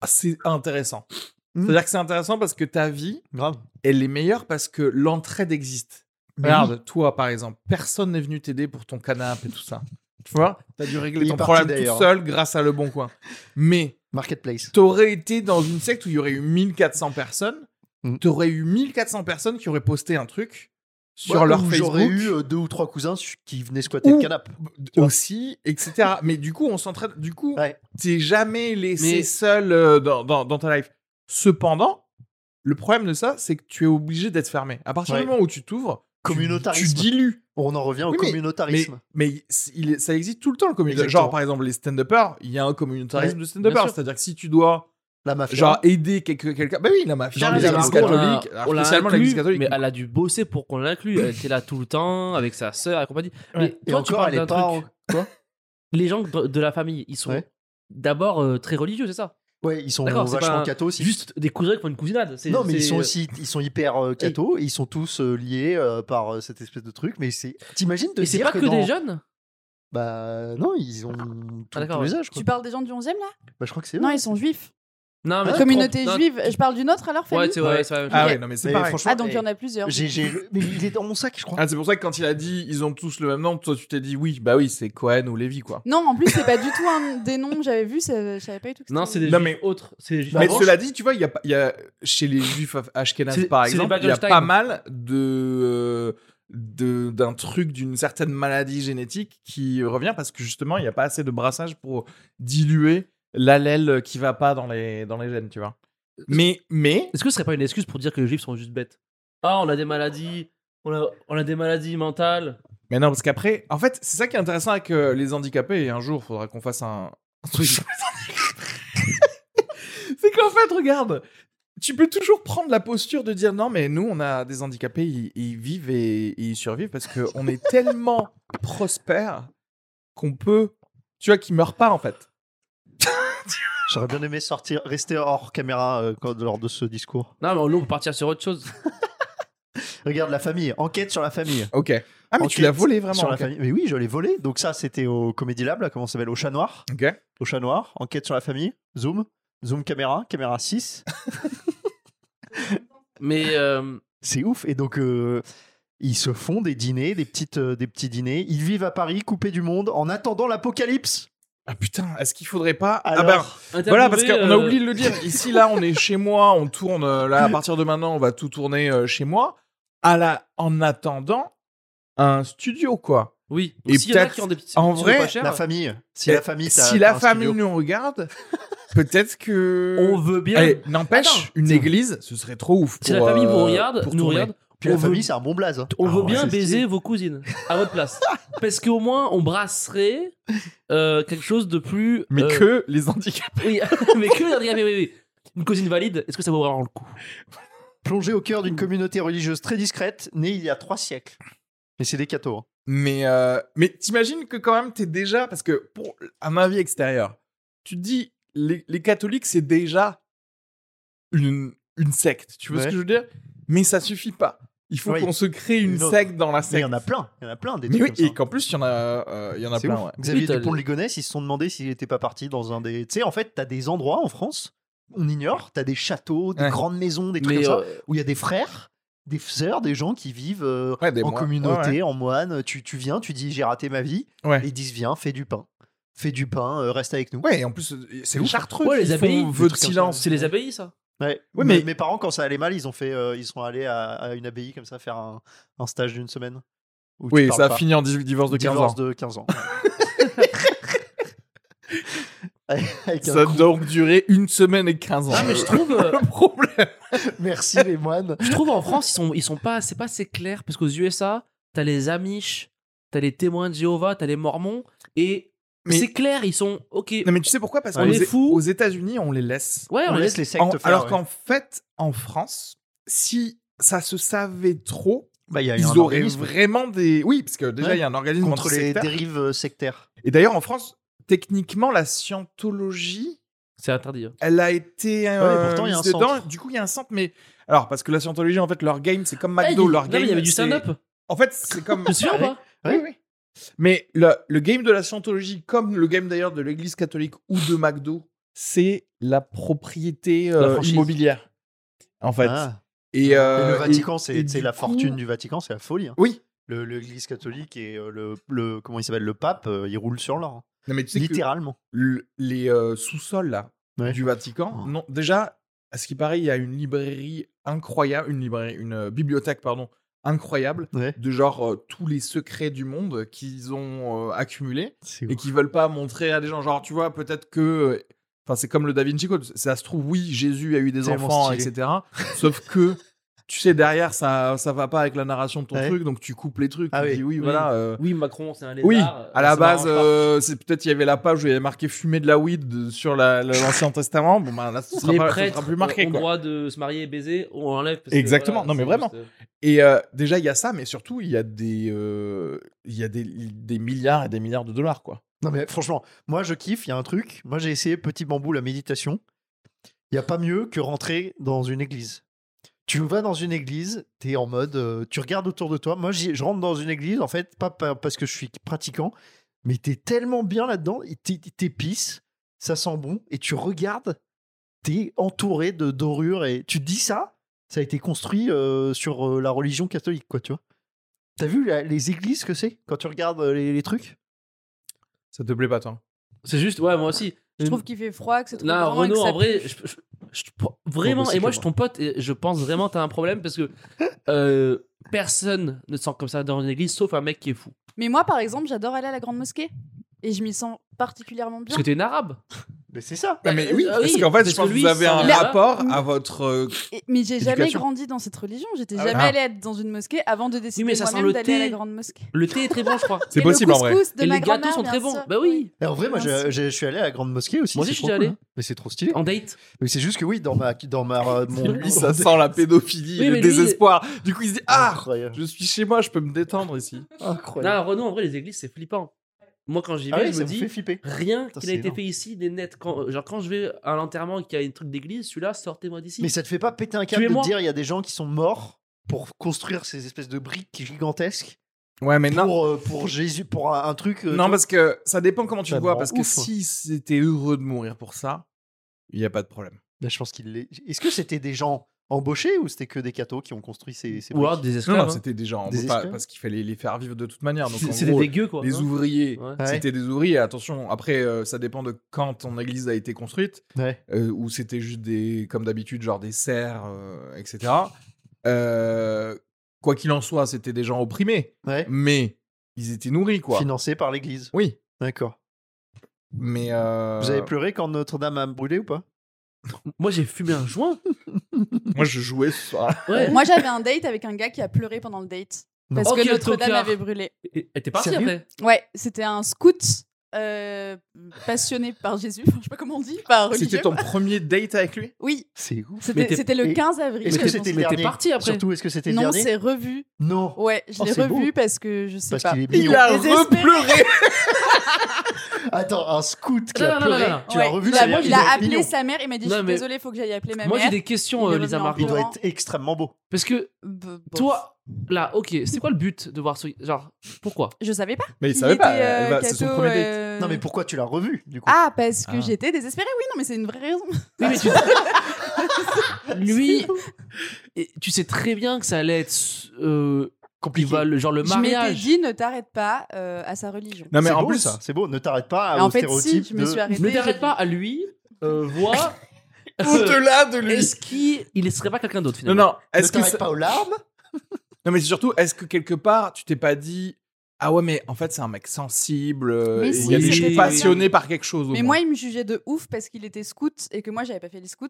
Speaker 1: ah, c'est intéressant.
Speaker 2: Mm.
Speaker 1: C'est-à-dire que c'est intéressant parce que ta vie,
Speaker 2: Grave.
Speaker 1: elle est meilleure parce que l'entraide existe.
Speaker 2: Mais
Speaker 1: Regarde, toi, par exemple, personne n'est venu t'aider pour ton canapé et tout ça. Tu vois T'as dû régler
Speaker 2: Il est
Speaker 1: ton
Speaker 2: parti
Speaker 1: problème
Speaker 2: d'ailleurs.
Speaker 1: tout seul grâce à Le Bon Coin. Mais
Speaker 2: Marketplace.
Speaker 1: t'aurais été dans une secte où il y aurait eu 1400 personnes,
Speaker 2: Mm.
Speaker 1: t'aurais eu 1400 personnes qui auraient posté un truc sur
Speaker 2: Ouais,
Speaker 1: leur
Speaker 2: où
Speaker 1: Facebook
Speaker 2: J'aurais eu euh, deux ou trois cousins su- qui venaient squatter
Speaker 1: Ou-
Speaker 2: le canapé. vois.
Speaker 1: Bah, aussi, etc. Mais du coup, on s'entraide. Du coup,
Speaker 2: Ouais.
Speaker 1: t'es jamais laissé
Speaker 3: Mais-
Speaker 1: seul euh, dans, dans- dans ta life. Cependant, le problème de ça, c'est que tu es obligé d'être fermé. À partir
Speaker 2: Ouais.
Speaker 1: du moment où tu t'ouvres, tu-
Speaker 2: Communautarisme.
Speaker 1: tu dilues.
Speaker 2: On en revient au
Speaker 1: Oui, mais- Mais,
Speaker 2: communautarisme.
Speaker 1: mais c- il est- ça existe tout le temps le communautarisme.
Speaker 2: Exactement.
Speaker 1: Genre, par exemple, les stand-uppers, il y a un communautarisme de
Speaker 2: Ouais,
Speaker 3: bien
Speaker 1: stand-uppers.
Speaker 3: sûr.
Speaker 1: C'est-à-dire que si tu dois
Speaker 2: La mafia.
Speaker 1: genre, aider quelque- quelqu'un. Bah oui, la mafia,
Speaker 2: Genre,
Speaker 3: Ah,
Speaker 1: les
Speaker 2: les
Speaker 1: églises
Speaker 2: Arabes, on l'a-
Speaker 1: catholiques, alors
Speaker 3: on l'a
Speaker 1: spécialement
Speaker 3: inclus,
Speaker 1: l'église catholique.
Speaker 3: Mais elle a dû bosser pour qu'on l'inclue. Elle était là tout le temps avec sa sœur et compagnie. Mais
Speaker 2: Et
Speaker 3: toi, tu
Speaker 2: encore,
Speaker 3: parles
Speaker 2: elle est
Speaker 3: d'un
Speaker 2: pas.
Speaker 3: truc.
Speaker 2: en- Quoi
Speaker 3: Les gens de, de la famille, ils sont
Speaker 2: Ouais.
Speaker 3: d'abord euh, très religieux, c'est ça
Speaker 2: Ouais, ils sont
Speaker 3: D'accord, c'est pas
Speaker 2: vachement
Speaker 3: un-
Speaker 2: cathos aussi.
Speaker 3: C'est juste des cousins qui font une cousinade. c'est-
Speaker 2: Non, mais ils
Speaker 3: c'est-
Speaker 2: sont aussi, ils sont hyper euh, catho, et ils sont tous euh, liés euh, par euh, cette espèce de truc. Mais c'est, t'imagines de
Speaker 3: euh, Et c'est
Speaker 2: dire
Speaker 3: pas
Speaker 2: que,
Speaker 3: que,
Speaker 2: dans-
Speaker 3: des jeunes
Speaker 2: Bah non, ils ont tout-
Speaker 3: Ah, d'accord,
Speaker 2: tous les
Speaker 3: ouais.
Speaker 2: âges. Quoi.
Speaker 6: Tu parles des gens du 11e là
Speaker 2: Bah, je crois que c'est.
Speaker 6: Non,
Speaker 2: eux.
Speaker 6: ils sont juifs.
Speaker 3: Non, mais tu
Speaker 6: Communauté
Speaker 3: prends- non,
Speaker 6: juive. Je parle d'une autre alors,
Speaker 3: Ouais,
Speaker 6: famille
Speaker 3: c'est ouais, c'est la même
Speaker 1: Ah
Speaker 3: chose.
Speaker 1: ouais, non, mais c'est
Speaker 2: Mais
Speaker 1: pareil.
Speaker 2: franchement,
Speaker 6: Ah, donc il y en a plusieurs.
Speaker 2: J'ai, j'ai le- mais il est dans mon sac, je crois.
Speaker 1: Ah, c'est pour ça que quand il a dit ils ont tous le même nom, toi tu t'es dit oui, bah oui, c'est Cohen ou Lévy quoi.
Speaker 6: Non, en plus, c'est pas du tout un des noms que j'avais vu, ça- je savais pas du tout que
Speaker 3: Non, c'est
Speaker 6: c'était-
Speaker 3: des
Speaker 1: Non,
Speaker 3: juifs
Speaker 1: mais-
Speaker 3: autres. C'est des juifs
Speaker 2: Bah,
Speaker 1: Mais
Speaker 2: avant,
Speaker 1: cela dit, tu vois, il y a, pas- il y a- chez les juifs af-
Speaker 3: C'est-
Speaker 1: ashkénazes par
Speaker 3: c'est les
Speaker 1: exemple, il y a
Speaker 3: Bagelstein.
Speaker 1: pas mal de euh, de- d'un truc, d'une certaine maladie génétique qui revient parce que justement, il n'y a pas assez de brassage pour diluer l'allèle qui va pas dans les, dans les gènes, tu vois. Mais, mais,
Speaker 3: Est-ce que ce serait pas une excuse pour dire que les juifs sont juste bêtes Ah, on a des maladies, on a, on a des maladies mentales.
Speaker 1: mais non, parce qu'après, en fait, c'est ça qui est intéressant avec euh, les handicapés. Et un jour, il faudra qu'on fasse un, un truc. sur les handicapés. c'est qu'en fait, regarde, tu peux toujours prendre la posture de dire non, mais nous, on a des handicapés, ils, ils vivent et, et ils survivent parce qu'on est tellement prospère qu'on peut. Tu vois, qu'ils meurent pas, en fait.
Speaker 2: J'aurais bien aimé sortir, rester hors caméra euh, quand- lors de ce discours.
Speaker 3: Non, mais nous, on peut partir sur autre chose.
Speaker 2: Regarde la famille, enquête sur la famille.
Speaker 1: Ok. Ah, mais tu l'as
Speaker 2: Enquête
Speaker 1: volé vraiment.
Speaker 2: Sur la
Speaker 1: ok.
Speaker 2: famille. Mais oui, je l'ai volé. Donc ça, c'était au Comedy Lab, là, comment ça s'appelle Au Chat Noir.
Speaker 1: Ok.
Speaker 2: Au Chat Noir, enquête sur la famille, zoom, zoom caméra, caméra 6.
Speaker 3: Mais euh,
Speaker 2: C'est ouf. Et donc, euh, ils se font des dîners, des, petites, euh, des petits dîners. Ils vivent à Paris, coupés du monde, en attendant l'apocalypse.
Speaker 1: Ah putain, est-ce qu'il faudrait pas. ah ben,
Speaker 2: Alors,
Speaker 1: Voilà, parce qu'on
Speaker 3: interviewer,
Speaker 1: a
Speaker 3: euh,
Speaker 1: oublié de le dire. Ici, là, on est chez moi, on tourne. euh, Là, à partir de maintenant, on va tout tourner euh, chez moi. À la, en attendant, un studio, quoi.
Speaker 3: Oui.
Speaker 1: Et
Speaker 3: S'il y en a
Speaker 1: peut-être-
Speaker 3: qui ont des petits
Speaker 1: en
Speaker 3: studios
Speaker 1: vrai,
Speaker 3: pas chers,
Speaker 2: la famille. Si
Speaker 1: Et
Speaker 2: la famille, t'as-
Speaker 1: si
Speaker 2: t'as
Speaker 1: la
Speaker 2: un
Speaker 1: famille
Speaker 2: studio.
Speaker 1: nous regarde, peut-être que.
Speaker 3: on veut bien.
Speaker 1: Eh, N'empêche,
Speaker 3: Attends.
Speaker 1: une église, ce serait trop ouf.
Speaker 3: si
Speaker 1: pour,
Speaker 3: la famille vous
Speaker 1: euh,
Speaker 3: regarde,
Speaker 1: pour
Speaker 3: nous
Speaker 1: tourner.
Speaker 3: regarde,
Speaker 2: Puis la
Speaker 3: on veut-
Speaker 2: famille, c'est un bon blaze. hein.
Speaker 3: on
Speaker 1: Ah
Speaker 3: veut
Speaker 1: ouais,
Speaker 3: bien
Speaker 2: c'est
Speaker 3: baiser
Speaker 2: stylé.
Speaker 3: vos cousines à votre place. parce qu'au moins, on brasserait euh, quelque chose de plus.
Speaker 1: Mais
Speaker 3: euh,
Speaker 1: que les handicapés.
Speaker 3: Oui, mais que. Regardez, oui, oui, oui. Une cousine valide, est-ce que ça vaut vraiment le coup
Speaker 2: Plongé au cœur d'une communauté religieuse très discrète, née il y a trois siècles. Mais c'est des cathos. hein.
Speaker 1: Mais, euh, mais t'imagines que quand même, t'es déjà. Parce que, pour un avis extérieur, tu te dis, les, les catholiques, c'est déjà une, une secte. Tu vois ce
Speaker 2: Ouais.
Speaker 1: que je veux dire Mais ça suffit pas. Il faut
Speaker 2: Ouais.
Speaker 1: qu'on se crée une
Speaker 2: Une autre.
Speaker 1: secte dans la
Speaker 2: Mais il
Speaker 1: secte.
Speaker 2: y en a plein. Il y en a plein des
Speaker 1: Mais
Speaker 2: trucs
Speaker 1: oui,
Speaker 2: comme
Speaker 1: et
Speaker 2: ça.
Speaker 1: qu'en plus, il y en a, euh, il y en a
Speaker 2: C'est
Speaker 1: plein.
Speaker 2: ouf.
Speaker 1: ouais.
Speaker 2: Xavier
Speaker 3: Oui, t'as-
Speaker 2: Dupont de Ligonnès, ils se sont demandé s'il n'était pas parti dans un des. Tu sais, en fait, t'as des endroits en France on ignore. T'as des châteaux, des
Speaker 1: Ouais.
Speaker 2: grandes maisons, des trucs
Speaker 3: Mais
Speaker 2: comme ça,
Speaker 3: euh,
Speaker 2: où il y a des frères, des sœurs, des gens qui vivent euh,
Speaker 1: Ouais, des
Speaker 2: en
Speaker 1: mois-
Speaker 2: communauté,
Speaker 1: ouais, ouais.
Speaker 2: en moine. Tu, tu viens, tu dis j'ai raté ma vie.
Speaker 1: Ouais.
Speaker 2: Et ils disent viens, fais du pain. Fais du pain, euh, reste avec nous.
Speaker 1: Ouais, et en plus, euh, c'est ouf.
Speaker 2: chartreux.
Speaker 3: Ouais, les abbayes,
Speaker 1: font
Speaker 3: des
Speaker 1: vœu de
Speaker 2: trucs comme
Speaker 1: silence.
Speaker 3: c'est les abbayes, ça.
Speaker 2: Ouais.
Speaker 1: Ouais,
Speaker 2: mais...
Speaker 1: mais-
Speaker 2: Mes parents, quand ça allait mal, ils, ont fait, euh, ils sont allés à, à une abbaye comme ça faire un, un stage d'une semaine. où tu
Speaker 1: Oui,
Speaker 2: parles
Speaker 1: ça a
Speaker 2: pas.
Speaker 1: fini en div- divorce de 15
Speaker 2: Divorce
Speaker 1: ans.
Speaker 2: de 15 ans. Avec un
Speaker 1: Ça a
Speaker 2: coup-
Speaker 1: donc duré une semaine et 15 ans.
Speaker 3: Ah, mais je trouve. euh,
Speaker 1: Le problème.
Speaker 2: Merci les moines.
Speaker 3: Je trouve en France, ils sont, ils sont pas, c'est pas assez clair parce qu'aux USA, t'as les Amish, t'as les témoins de Jéhovah, t'as les Mormons et
Speaker 1: Mais-
Speaker 3: c'est clair, ils sont ok.
Speaker 1: Non, mais tu sais pourquoi Parce
Speaker 3: On
Speaker 1: qu'aux
Speaker 3: est
Speaker 1: é-
Speaker 3: fous.
Speaker 1: aux États-Unis, on les laisse.
Speaker 3: Ouais,
Speaker 2: On
Speaker 3: on
Speaker 2: laisse
Speaker 3: laisse.
Speaker 2: les sectes
Speaker 1: En-
Speaker 2: faire.
Speaker 1: alors
Speaker 2: ouais.
Speaker 1: qu'en fait, en France, si ça se savait trop,
Speaker 2: Bah, il y a eu un
Speaker 1: ils auraient
Speaker 2: organisme
Speaker 1: vraiment des. Oui, parce que déjà, il
Speaker 2: Ouais.
Speaker 1: y a un organisme
Speaker 2: contre les
Speaker 1: antisectaire.
Speaker 2: dérives euh, sectaires.
Speaker 1: Et d'ailleurs, en France, techniquement, la scientologie,
Speaker 3: C'est interdit. hein.
Speaker 1: elle a été. euh,
Speaker 2: pourtant, il y a
Speaker 1: mise
Speaker 2: un
Speaker 1: dedans.
Speaker 2: centre.
Speaker 1: Du coup, il y a un centre, mais. Alors, parce que la scientologie, en fait, leur game, c'est
Speaker 2: Ah,
Speaker 1: comme
Speaker 3: Eh,
Speaker 1: McDo.
Speaker 3: il-
Speaker 1: leur
Speaker 3: non, mais
Speaker 1: game.
Speaker 3: il y avait du
Speaker 1: c'est-
Speaker 3: stand-up.
Speaker 1: En fait, c'est comme.
Speaker 3: Tu te souviens ou pas
Speaker 1: Oui, oui. Mais le, le game de la scientologie, comme le game d'ailleurs de l'église catholique ou de McDo, c'est la propriété euh,
Speaker 3: franchise.
Speaker 1: immobilière. En fait.
Speaker 2: Ah.
Speaker 1: Et, euh,
Speaker 2: Et le
Speaker 1: et-
Speaker 2: Vatican, c'est
Speaker 1: et
Speaker 2: c'est
Speaker 1: du
Speaker 2: la
Speaker 1: coup-
Speaker 2: fortune du Vatican, c'est la folie. hein.
Speaker 1: Oui.
Speaker 2: Le- L'Église catholique et euh, le, le comment il s'appelle le pape, euh, il roule sur l'or, hein.
Speaker 1: Non, mais tu sais que
Speaker 2: littéralement.
Speaker 1: le- les euh, sous-sols là,
Speaker 2: Ouais.
Speaker 1: du Vatican,
Speaker 2: Oh.
Speaker 1: non, déjà, à ce qui paraît, il y a une librairie incroyable, une, librairie, une euh, bibliothèque, pardon, incroyable,
Speaker 2: Ouais.
Speaker 1: de genre euh, tous les secrets du monde qu'ils ont euh, accumulés.
Speaker 2: C'est
Speaker 1: et
Speaker 2: ouf.
Speaker 1: qui veulent pas montrer à des gens. Genre, tu vois, peut-être que. euh, Enfin, c'est comme le Da Vinci Code. Ça se trouve, oui, Jésus a eu des
Speaker 2: Tellement
Speaker 1: enfants,
Speaker 2: stylé.
Speaker 1: etc. Sauf que, tu sais, derrière, ça, ça va pas avec la narration de ton
Speaker 2: Ouais.
Speaker 1: truc, donc tu coupes les trucs.
Speaker 2: Ah
Speaker 1: tu
Speaker 2: oui.
Speaker 1: dis, oui,
Speaker 3: Oui.
Speaker 1: voilà. euh,
Speaker 3: Oui, Macron, c'est un lézard.
Speaker 1: Oui,
Speaker 3: euh,
Speaker 1: à la
Speaker 3: ça
Speaker 1: base,
Speaker 3: m'arrange pas.
Speaker 1: euh, c'est peut-être il y avait la page où il y avait marqué fumer de la weed de- sur la- la- l'Ancien Testament. Bon, ben là, ce sera,
Speaker 3: les
Speaker 1: pas- ce
Speaker 3: prêtres
Speaker 1: sera plus
Speaker 3: ont
Speaker 1: marqué.
Speaker 3: le
Speaker 1: quoi.
Speaker 3: droit de se marier et baiser, on enlève. parce que,
Speaker 1: Exactement.
Speaker 3: voilà,
Speaker 1: Non, mais
Speaker 3: c'est
Speaker 1: vraiment.
Speaker 3: juste, euh,
Speaker 1: Et euh, déjà, il y a ça, mais surtout, il y a, des, euh, il y a des, des milliards et des milliards de dollars, quoi.
Speaker 2: Non mais franchement, moi je kiffe. Il y a un truc. Moi j'ai essayé petit bambou la méditation. Il y a pas mieux que rentrer dans une église. Tu vas dans une église, t'es en mode, euh, tu regardes autour de toi. Moi j'y- je rentre dans une église en fait, pas, pas parce que je suis pratiquant, mais t'es tellement bien là-dedans, et t'es- t'épices, ça sent bon et tu regardes. T'es entouré de dorures et tu te dis ça. Ça a été construit euh, sur euh, la religion catholique, quoi, tu vois. T'as vu la- les églises que c'est quand tu regardes euh, les- les trucs
Speaker 1: Ça te plaît pas, toi
Speaker 3: C'est juste, ouais, moi aussi.
Speaker 6: Je trouve qu'il fait froid, que c'est trop
Speaker 3: Non,
Speaker 6: grand et que
Speaker 3: Renaud,
Speaker 6: ça
Speaker 3: en vrai,
Speaker 6: pue.
Speaker 3: je- je- je- vraiment,
Speaker 2: Bon,
Speaker 3: et moi
Speaker 2: c'est
Speaker 3: je suis ton pote, et je pense vraiment t'as un problème parce que euh, personne ne se sent comme ça dans une église sauf un mec qui est fou.
Speaker 6: Mais moi, par exemple, j'adore aller à la grande mosquée. Et je m'y sens particulièrement bien.
Speaker 3: Parce que t'es une arabe.
Speaker 2: Mais c'est ça. Eh,
Speaker 1: Non, mais
Speaker 3: Euh,
Speaker 1: oui,
Speaker 3: euh,
Speaker 1: parce
Speaker 3: oui,
Speaker 1: qu'en fait,
Speaker 3: parce
Speaker 1: je pense
Speaker 3: que
Speaker 1: que
Speaker 3: lui,
Speaker 1: vous avez
Speaker 3: ça-
Speaker 1: un
Speaker 6: La-
Speaker 1: rapport à votre. euh,
Speaker 6: Et- mais j'ai jamais
Speaker 1: Éducation.
Speaker 6: grandi dans cette religion. J'étais
Speaker 1: Ah ouais.
Speaker 6: jamais
Speaker 1: Ah.
Speaker 6: allée être dans une mosquée avant de décider
Speaker 3: mais ça sent
Speaker 6: moi-même
Speaker 3: le
Speaker 6: d'aller à la
Speaker 3: thé.
Speaker 6: grande mosquée.
Speaker 3: Le thé est très bon, je crois.
Speaker 1: C'est
Speaker 6: Et le
Speaker 1: possible, en vrai.
Speaker 6: couscous de
Speaker 3: et
Speaker 6: ma
Speaker 3: les gâteaux
Speaker 6: grand-mère,
Speaker 3: sont très
Speaker 6: bien
Speaker 3: bons.
Speaker 6: sûr.
Speaker 3: Bah oui,
Speaker 2: en vrai, moi,
Speaker 6: Merci.
Speaker 2: je, je- je suis allé à la grande mosquée aussi.
Speaker 3: Moi aussi,
Speaker 2: c'est
Speaker 3: je
Speaker 2: trop
Speaker 3: suis
Speaker 2: cool,
Speaker 3: allé.
Speaker 2: hein. Mais c'est trop stylé.
Speaker 3: en date.
Speaker 2: Mais c'est juste que oui, dans ma, dans ma, euh, mon
Speaker 1: Lui, ça sent la pédophilie
Speaker 3: Oui,
Speaker 1: et le
Speaker 3: mais lui, il-
Speaker 1: désespoir. Du coup, il se dit Ah,
Speaker 2: incroyable.
Speaker 1: je suis chez moi, je peux me détendre ici.
Speaker 2: incroyable.
Speaker 3: Non, Renaud, en vrai, les églises c'est flippant. Moi quand j'y vais,
Speaker 2: Ah oui,
Speaker 3: je
Speaker 2: ça
Speaker 3: me
Speaker 2: me
Speaker 3: dis.
Speaker 2: fait flipper.
Speaker 3: Rien
Speaker 2: Putain,
Speaker 3: qui a
Speaker 2: c'est
Speaker 3: été
Speaker 2: énorme.
Speaker 3: fait ici n'est net. Quand, genre, quand je vais à l'enterrement et qu'il y a une truc d'église, celui-là, sortez-moi d'ici.
Speaker 2: Mais ça te fait pas péter un câble de
Speaker 3: Tuez-moi.
Speaker 2: te dire il y a des gens qui sont morts pour construire ces espèces de briques gigantesques
Speaker 1: Ouais, mais non.
Speaker 2: pour, euh, pour Jésus, pour un, un truc. euh,
Speaker 1: Non,
Speaker 2: tu-
Speaker 1: parce que ça dépend comment tu
Speaker 2: Ça
Speaker 1: le
Speaker 2: me
Speaker 1: vois.
Speaker 2: rend
Speaker 1: Parce que
Speaker 2: ouf.
Speaker 1: si c'était heureux de mourir pour ça, il n'y a pas de problème.
Speaker 2: Là, Bah, je pense qu'il est. Est-ce que c'était des gens embauchés ou c'était que des cathos qui ont construit ces, ces
Speaker 3: Ou alors
Speaker 2: briques
Speaker 3: des
Speaker 1: Non,
Speaker 3: esclaves.
Speaker 1: non,
Speaker 3: hein.
Speaker 1: c'était des gens.
Speaker 2: Des
Speaker 1: pas-
Speaker 2: esclaves.
Speaker 1: parce qu'il fallait les faire vivre de toute manière. Donc, en
Speaker 3: C'est c'est
Speaker 1: gros,
Speaker 3: des dégueux quoi.
Speaker 1: les
Speaker 3: hein.
Speaker 1: ouvriers.
Speaker 3: Ouais.
Speaker 2: Ouais.
Speaker 1: C'était des ouvriers, attention. Après, euh, ça dépend de quand ton église a été construite.
Speaker 2: Ouais.
Speaker 1: euh, où c'était juste des, comme d'habitude, genre des serfs, euh, etc. Euh, quoi qu'il en soit, c'était des gens opprimés,
Speaker 2: Ouais.
Speaker 1: mais ils étaient nourris, quoi.
Speaker 2: Financés par l'Église.
Speaker 1: Oui,
Speaker 2: D'accord.
Speaker 1: mais euh,
Speaker 2: Vous avez pleuré quand Notre-Dame a brûlé ou pas
Speaker 3: Moi j'ai fumé un joint.
Speaker 1: moi je jouais ce soir.
Speaker 3: Ouais.
Speaker 6: Moi, j'avais un date avec un gars qui a pleuré pendant le date.
Speaker 2: Non.
Speaker 6: Parce
Speaker 3: Oh,
Speaker 6: que
Speaker 3: quel
Speaker 6: Notre-Dame
Speaker 3: tocard.
Speaker 6: avait brûlé.
Speaker 3: Et- et T'es parti
Speaker 2: Sérieux
Speaker 3: après.
Speaker 6: Ouais, c'était un scout euh, passionné par Jésus. Enfin, je sais pas comment on dit, par religieux.
Speaker 1: C'était ton premier date avec lui
Speaker 6: Oui,
Speaker 2: C'est ouf.
Speaker 3: Mais
Speaker 6: c'était
Speaker 3: t'es-
Speaker 6: c'était le
Speaker 2: et-
Speaker 6: 15 avril.
Speaker 2: Est-ce
Speaker 6: je
Speaker 2: que
Speaker 6: pense.
Speaker 2: c'était le
Speaker 3: Mais t'es
Speaker 2: dernier
Speaker 3: parti après.
Speaker 2: Surtout, est-ce que c'était le
Speaker 6: Non,
Speaker 2: dernier
Speaker 6: c'est revu.
Speaker 2: Non.
Speaker 6: Ouais, je
Speaker 2: Oh,
Speaker 6: l'ai
Speaker 2: c'est
Speaker 6: revu parce que je sais
Speaker 2: Parce
Speaker 6: pas.
Speaker 2: qu'il est
Speaker 1: Il
Speaker 2: mignon.
Speaker 1: a
Speaker 6: Désespéré.
Speaker 1: repleuré
Speaker 2: Attends, un scout qui
Speaker 3: Non,
Speaker 2: a
Speaker 3: non, non,
Speaker 2: pleuré.
Speaker 3: non, non.
Speaker 2: Tu
Speaker 6: Ouais, Bah,
Speaker 2: as revu
Speaker 6: il
Speaker 2: ça
Speaker 6: a,
Speaker 2: veut dire
Speaker 6: il
Speaker 2: qu'il doit
Speaker 6: a
Speaker 2: être
Speaker 6: appelé
Speaker 2: mignon.
Speaker 6: sa mère, il m'a dit
Speaker 3: Non,
Speaker 6: Je suis
Speaker 3: mais-
Speaker 6: désolée, faut que j'aille appeler ma
Speaker 3: Moi j'ai
Speaker 6: mère.
Speaker 3: des questions,
Speaker 6: Il est
Speaker 3: euh, Lisa
Speaker 6: revenu en
Speaker 3: Margot.
Speaker 2: Il doit
Speaker 6: Laurent. Bah,
Speaker 2: être extrêmement beau.
Speaker 3: Parce que
Speaker 6: B- bof.
Speaker 3: toi, Là, ok, c'est quoi le but de voir ce. Genre, pourquoi
Speaker 6: Je savais pas.
Speaker 5: Mais il
Speaker 6: qu'il
Speaker 5: savait pas.
Speaker 6: était, euh,
Speaker 5: elle va- C'est son
Speaker 6: catho,
Speaker 5: premier date.
Speaker 6: euh,
Speaker 2: Non, mais pourquoi tu l'as revu du coup
Speaker 6: Ah, parce que
Speaker 5: Ah.
Speaker 6: j'étais désespérée. Oui, non, mais c'est une vraie raison.
Speaker 3: Oui, mais tu. Lui, et tu sais très bien que ça allait être. euh,
Speaker 2: Compliqué.
Speaker 3: il va le- genre le
Speaker 6: Je m'étais
Speaker 3: mariage.
Speaker 6: dit ne t'arrête pas euh, à sa religion.
Speaker 1: Non, mais
Speaker 2: C'est
Speaker 1: en
Speaker 2: beau,
Speaker 1: plus,
Speaker 2: ça. c'est beau. Ne t'arrête pas
Speaker 6: Et en
Speaker 2: Ah, au
Speaker 6: fait, si,
Speaker 2: stéréotype
Speaker 6: je me suis
Speaker 2: de-
Speaker 6: arrêtée.
Speaker 3: Ne t'arrête
Speaker 6: j'ai-
Speaker 3: pas à lui, euh, vois.
Speaker 5: Au-delà de lui.
Speaker 3: Est-ce qu'il il serait pas quelqu'un d'autre
Speaker 1: non,
Speaker 3: finalement
Speaker 1: non,
Speaker 2: Ne
Speaker 1: est-ce que
Speaker 2: t'arrête
Speaker 1: ça-
Speaker 2: pas aux larmes.
Speaker 1: non, mais surtout, est-ce que quelque part, tu t'es pas dit, ah ouais, mais en fait, c'est un mec sensible, euh,
Speaker 6: Mais
Speaker 1: et il
Speaker 6: si,
Speaker 1: y a des
Speaker 3: c'était
Speaker 1: choses
Speaker 3: ça.
Speaker 1: passionnées par quelque chose. au
Speaker 6: Mais
Speaker 1: moins.
Speaker 6: moi, il me jugeait de ouf parce qu'il était scout et que moi, j'avais pas fait les scouts.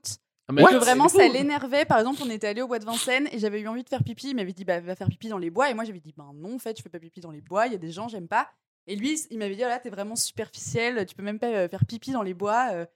Speaker 3: Ah, Mais
Speaker 6: que
Speaker 3: c'est
Speaker 6: vraiment,
Speaker 3: fou.
Speaker 6: ça l'énervait. Par exemple, on était allé au bois de Vincennes et j'avais eu envie de faire pipi. Il m'avait dit, bah, va faire pipi dans les bois. Et moi, j'avais dit, bah, non, en fait, je fais pas pipi dans les bois. Il y a des gens, j'aime pas. Et lui, il m'avait dit, oh là, t'es vraiment superficiel. Tu peux même pas euh, faire pipi dans les bois. Euh,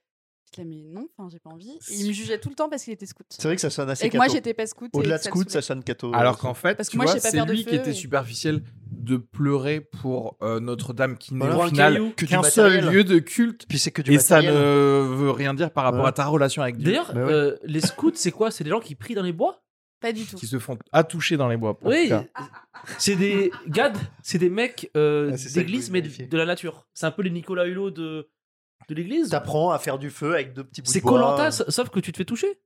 Speaker 6: Je disais, mais non, enfin, j'ai pas envie. Et il me jugeait tout le temps parce qu'il était scout.
Speaker 2: C'est vrai que ça sonne assez
Speaker 6: Et que moi,
Speaker 2: catho.
Speaker 6: j'étais pas scout. et
Speaker 2: Au-delà
Speaker 6: que
Speaker 2: de
Speaker 6: ça le
Speaker 2: scout,
Speaker 6: saoulait.
Speaker 2: ça sonne catho.
Speaker 1: Alors qu'en fait,
Speaker 6: Parce que
Speaker 1: tu
Speaker 6: moi, je
Speaker 1: vois,
Speaker 6: sais pas
Speaker 1: c'est
Speaker 6: faire de
Speaker 1: lui
Speaker 6: feu,
Speaker 1: qui était
Speaker 6: et-
Speaker 1: superficiel de pleurer pour euh, Notre-Dame, qui n'est
Speaker 2: Voilà.
Speaker 1: au
Speaker 3: Pour un
Speaker 1: final
Speaker 3: caillou.
Speaker 2: que du
Speaker 1: qu'un seul
Speaker 2: matériel.
Speaker 1: lieu de culte.
Speaker 2: Puis c'est que du
Speaker 1: Et ça ne
Speaker 2: matériel.
Speaker 1: veut rien dire par rapport
Speaker 2: Voilà.
Speaker 1: à ta relation avec Dieu.
Speaker 3: D'ailleurs,
Speaker 2: Bah ouais.
Speaker 3: euh, les scouts, c'est quoi C'est des gens qui prient dans les bois
Speaker 6: Pas du tout.
Speaker 1: Qui se font attoucher dans les bois. en tout
Speaker 3: Oui,
Speaker 1: cas.
Speaker 3: c'est des gad, c'est des mecs euh,
Speaker 2: Ah, c'est ça que je
Speaker 3: d'église
Speaker 2: voulais
Speaker 3: mais de,
Speaker 2: vérifier.
Speaker 3: de la nature. C'est un peu les Nicolas Hulot de de l'église.
Speaker 2: T'apprends à faire du feu avec deux petits bouts de
Speaker 3: C'est
Speaker 2: bois.
Speaker 3: Colanta, sauf que tu te fais toucher.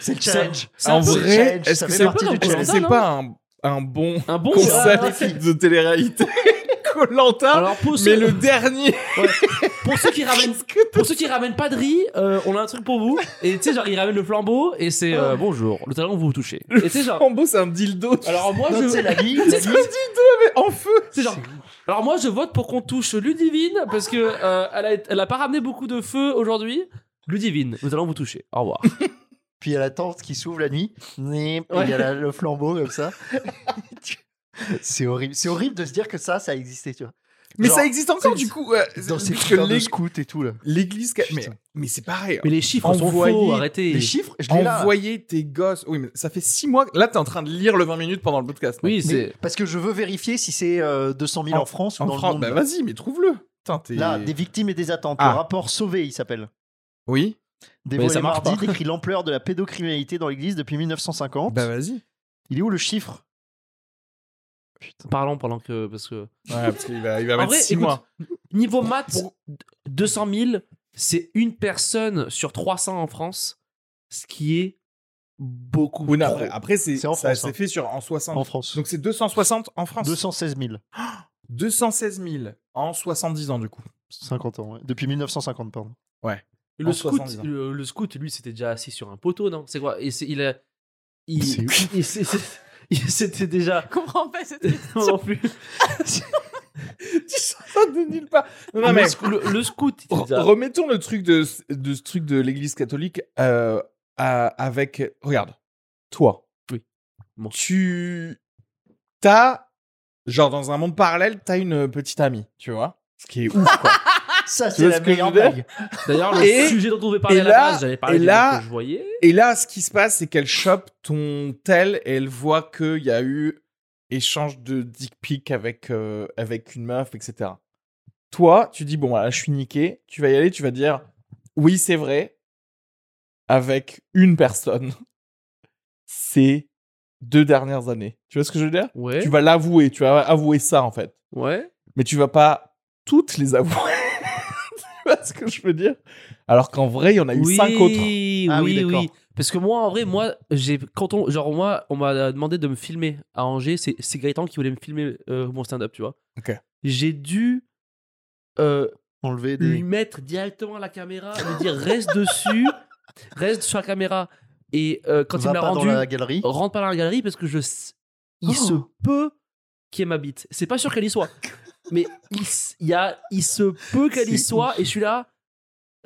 Speaker 2: C'est le challenge.
Speaker 3: C'est
Speaker 1: Ah, En
Speaker 3: un, peu-
Speaker 2: c'est
Speaker 1: vrai,
Speaker 2: challenge,
Speaker 1: est-ce
Speaker 2: ça
Speaker 1: que
Speaker 2: fait
Speaker 1: c'est
Speaker 2: partie
Speaker 1: pas,
Speaker 3: du
Speaker 1: est-ce que
Speaker 3: challenge,
Speaker 1: c'est
Speaker 3: non
Speaker 1: pas un, un bon
Speaker 3: un bon euh,
Speaker 1: concept de télé-réalité Colanta
Speaker 3: Alors pour ceux,
Speaker 1: mais le dernier,
Speaker 3: pour ceux qui ramènent pour ceux qui ramènent pas de riz, euh, on a un truc pour vous. Et tu sais genre ils ramènent le flambeau et c'est
Speaker 1: Ah.
Speaker 3: euh, bonjour, le talent vous vous touchez. Et tu sais genre
Speaker 1: Rambo, c'est un dildo.
Speaker 3: alors moi
Speaker 2: Non, tu sais,
Speaker 3: je
Speaker 2: la vie,
Speaker 1: C'est un dildo mais en feu.
Speaker 3: c'est genre alors moi je vote pour qu'on touche Ludivine parce que euh, elle a elle a pas ramené beaucoup de feu aujourd'hui. Ludivine, le talent vous toucher. Au revoir.
Speaker 2: Puis il y a la tente qui s'ouvre la nuit. Nip, et Il y a la- le flambeau comme ça. c'est horrible. C'est horrible de se dire que ça, ça existait, tu vois.
Speaker 1: Mais
Speaker 2: Genre,
Speaker 1: ça existe encore
Speaker 2: c'est-
Speaker 1: du coup. euh,
Speaker 2: Dans ces
Speaker 1: parce que
Speaker 2: putains de
Speaker 1: l'ég-
Speaker 2: scouts et tout, là.
Speaker 1: l'église, ca- mais,
Speaker 2: Putain.
Speaker 1: mais c'est pareil.
Speaker 3: Mais les chiffres
Speaker 1: Envoyez
Speaker 3: sont faux, arrêtez.
Speaker 2: Les chiffres, je l'ai là.
Speaker 1: Envoyer tes gosses. Oui, mais ça fait six mois. Là, t'es en train de lire le 20 minutes pendant le podcast. hein. mec.
Speaker 3: Oui,
Speaker 2: Mais-
Speaker 3: c'est
Speaker 2: parce que je veux vérifier si c'est euh, 200 000 en,
Speaker 1: En-
Speaker 2: France ou
Speaker 1: En
Speaker 2: dans
Speaker 1: France,
Speaker 2: le monde.
Speaker 1: bah vas-y, mais trouve-le. Putain, t'es-
Speaker 2: là, des victimes et des attentes.
Speaker 1: Ah.
Speaker 2: Le rapport Sauvé, il s'appelle.
Speaker 1: Oui.
Speaker 2: Dévoilé
Speaker 1: ça marche
Speaker 2: mardi décrit l'ampleur de la pédocriminalité dans l'Église depuis 1950.
Speaker 1: Bah vas-y.
Speaker 2: Il est où le chiffre Putain.
Speaker 3: parlons pendant que parce que
Speaker 1: Ouais, parce qu'il va, il va
Speaker 3: En
Speaker 1: mettre
Speaker 3: vrai,
Speaker 1: six
Speaker 3: écoute,
Speaker 1: mois.
Speaker 3: niveau maths 200 000 c'est une personne sur 300 en France ce qui est beaucoup
Speaker 1: Oui, non,
Speaker 3: trop.
Speaker 1: après, après, c'est
Speaker 2: C'est en
Speaker 1: ça
Speaker 2: France,
Speaker 1: s'est
Speaker 2: hein.
Speaker 1: fait sur en 60.
Speaker 2: En France.
Speaker 1: Donc c'est 260 en France.
Speaker 2: 216 000.
Speaker 1: 216 000 en 70 ans du coup.
Speaker 2: 50 ans, ouais. Depuis 1950, pardon.
Speaker 3: Et
Speaker 1: en
Speaker 3: le scout
Speaker 1: 70 ans.
Speaker 3: le, le scout lui c'était déjà assis sur un poteau non c'est quoi et c'est- il a il
Speaker 2: C'est
Speaker 3: il- c'est- c'est- il- c'était déjà
Speaker 6: Je comprends pas cette
Speaker 3: non plus
Speaker 1: tu sors ça de nulle part. Non, non,
Speaker 3: le,
Speaker 1: mais
Speaker 3: sc- le- le scout il était
Speaker 1: re-
Speaker 3: déjà-
Speaker 1: remettons le truc de, de ce truc de l'Église catholique euh, à- avec regarde toi.
Speaker 3: Oui. Moi.
Speaker 1: Tu t'as genre dans un monde parallèle t'as une petite amie tu vois ce qui est ouf quoi.
Speaker 2: Ça,
Speaker 1: vois
Speaker 2: c'est la
Speaker 1: ce que je
Speaker 2: meilleure
Speaker 1: veux dire
Speaker 2: blague.
Speaker 3: d'ailleurs le
Speaker 1: Et-
Speaker 3: sujet dont on devait parler
Speaker 1: et
Speaker 3: à la
Speaker 1: là-
Speaker 3: base j'avais parlé
Speaker 1: et
Speaker 3: de
Speaker 1: là-
Speaker 3: que je voyais
Speaker 1: Et là, ce qui se passe, c'est qu'elle chope ton tel et elle voit qu'il y a eu échange de dick pic avec, euh, avec une meuf, etc. Toi, tu dis, bon, voilà, je suis niqué. Tu vas y aller, tu vas dire, oui, c'est vrai, avec une personne ces deux dernières années. Tu vois ce que je veux dire
Speaker 3: ouais
Speaker 1: Tu vas l'avouer, tu vas avouer ça, en fait.
Speaker 3: ouais
Speaker 1: Mais tu vas pas toutes les avouer. tu vois ce que je veux dire Alors qu'en vrai, il y en a eu
Speaker 3: oui,
Speaker 1: cinq autres.
Speaker 2: Ah oui,
Speaker 3: oui,
Speaker 2: d'accord.
Speaker 3: oui. Parce que moi, en vrai, moi, j'ai quand on, genre moi, on m'a demandé de me filmer à Angers. C'est, c'est Gaëtan qui voulait me filmer euh, mon stand-up, tu vois.
Speaker 1: Ok.
Speaker 3: J'ai dû euh,
Speaker 2: Enlever
Speaker 3: lui
Speaker 2: des.
Speaker 3: mettre directement la caméra, lui dire reste dessus, reste sur la caméra. Et euh, quand il
Speaker 2: Va
Speaker 3: me l'a
Speaker 2: pas dans
Speaker 3: rendu, Oh,
Speaker 2: la galerie.
Speaker 3: rentre pas dans la galerie parce que je, s- il
Speaker 2: Oh.
Speaker 3: se peut qu'elle m'habite. C'est pas sûr qu'elle y soit, mais il, s- il y a, il se peut qu'elle y
Speaker 1: C'est
Speaker 3: soit et je suis là.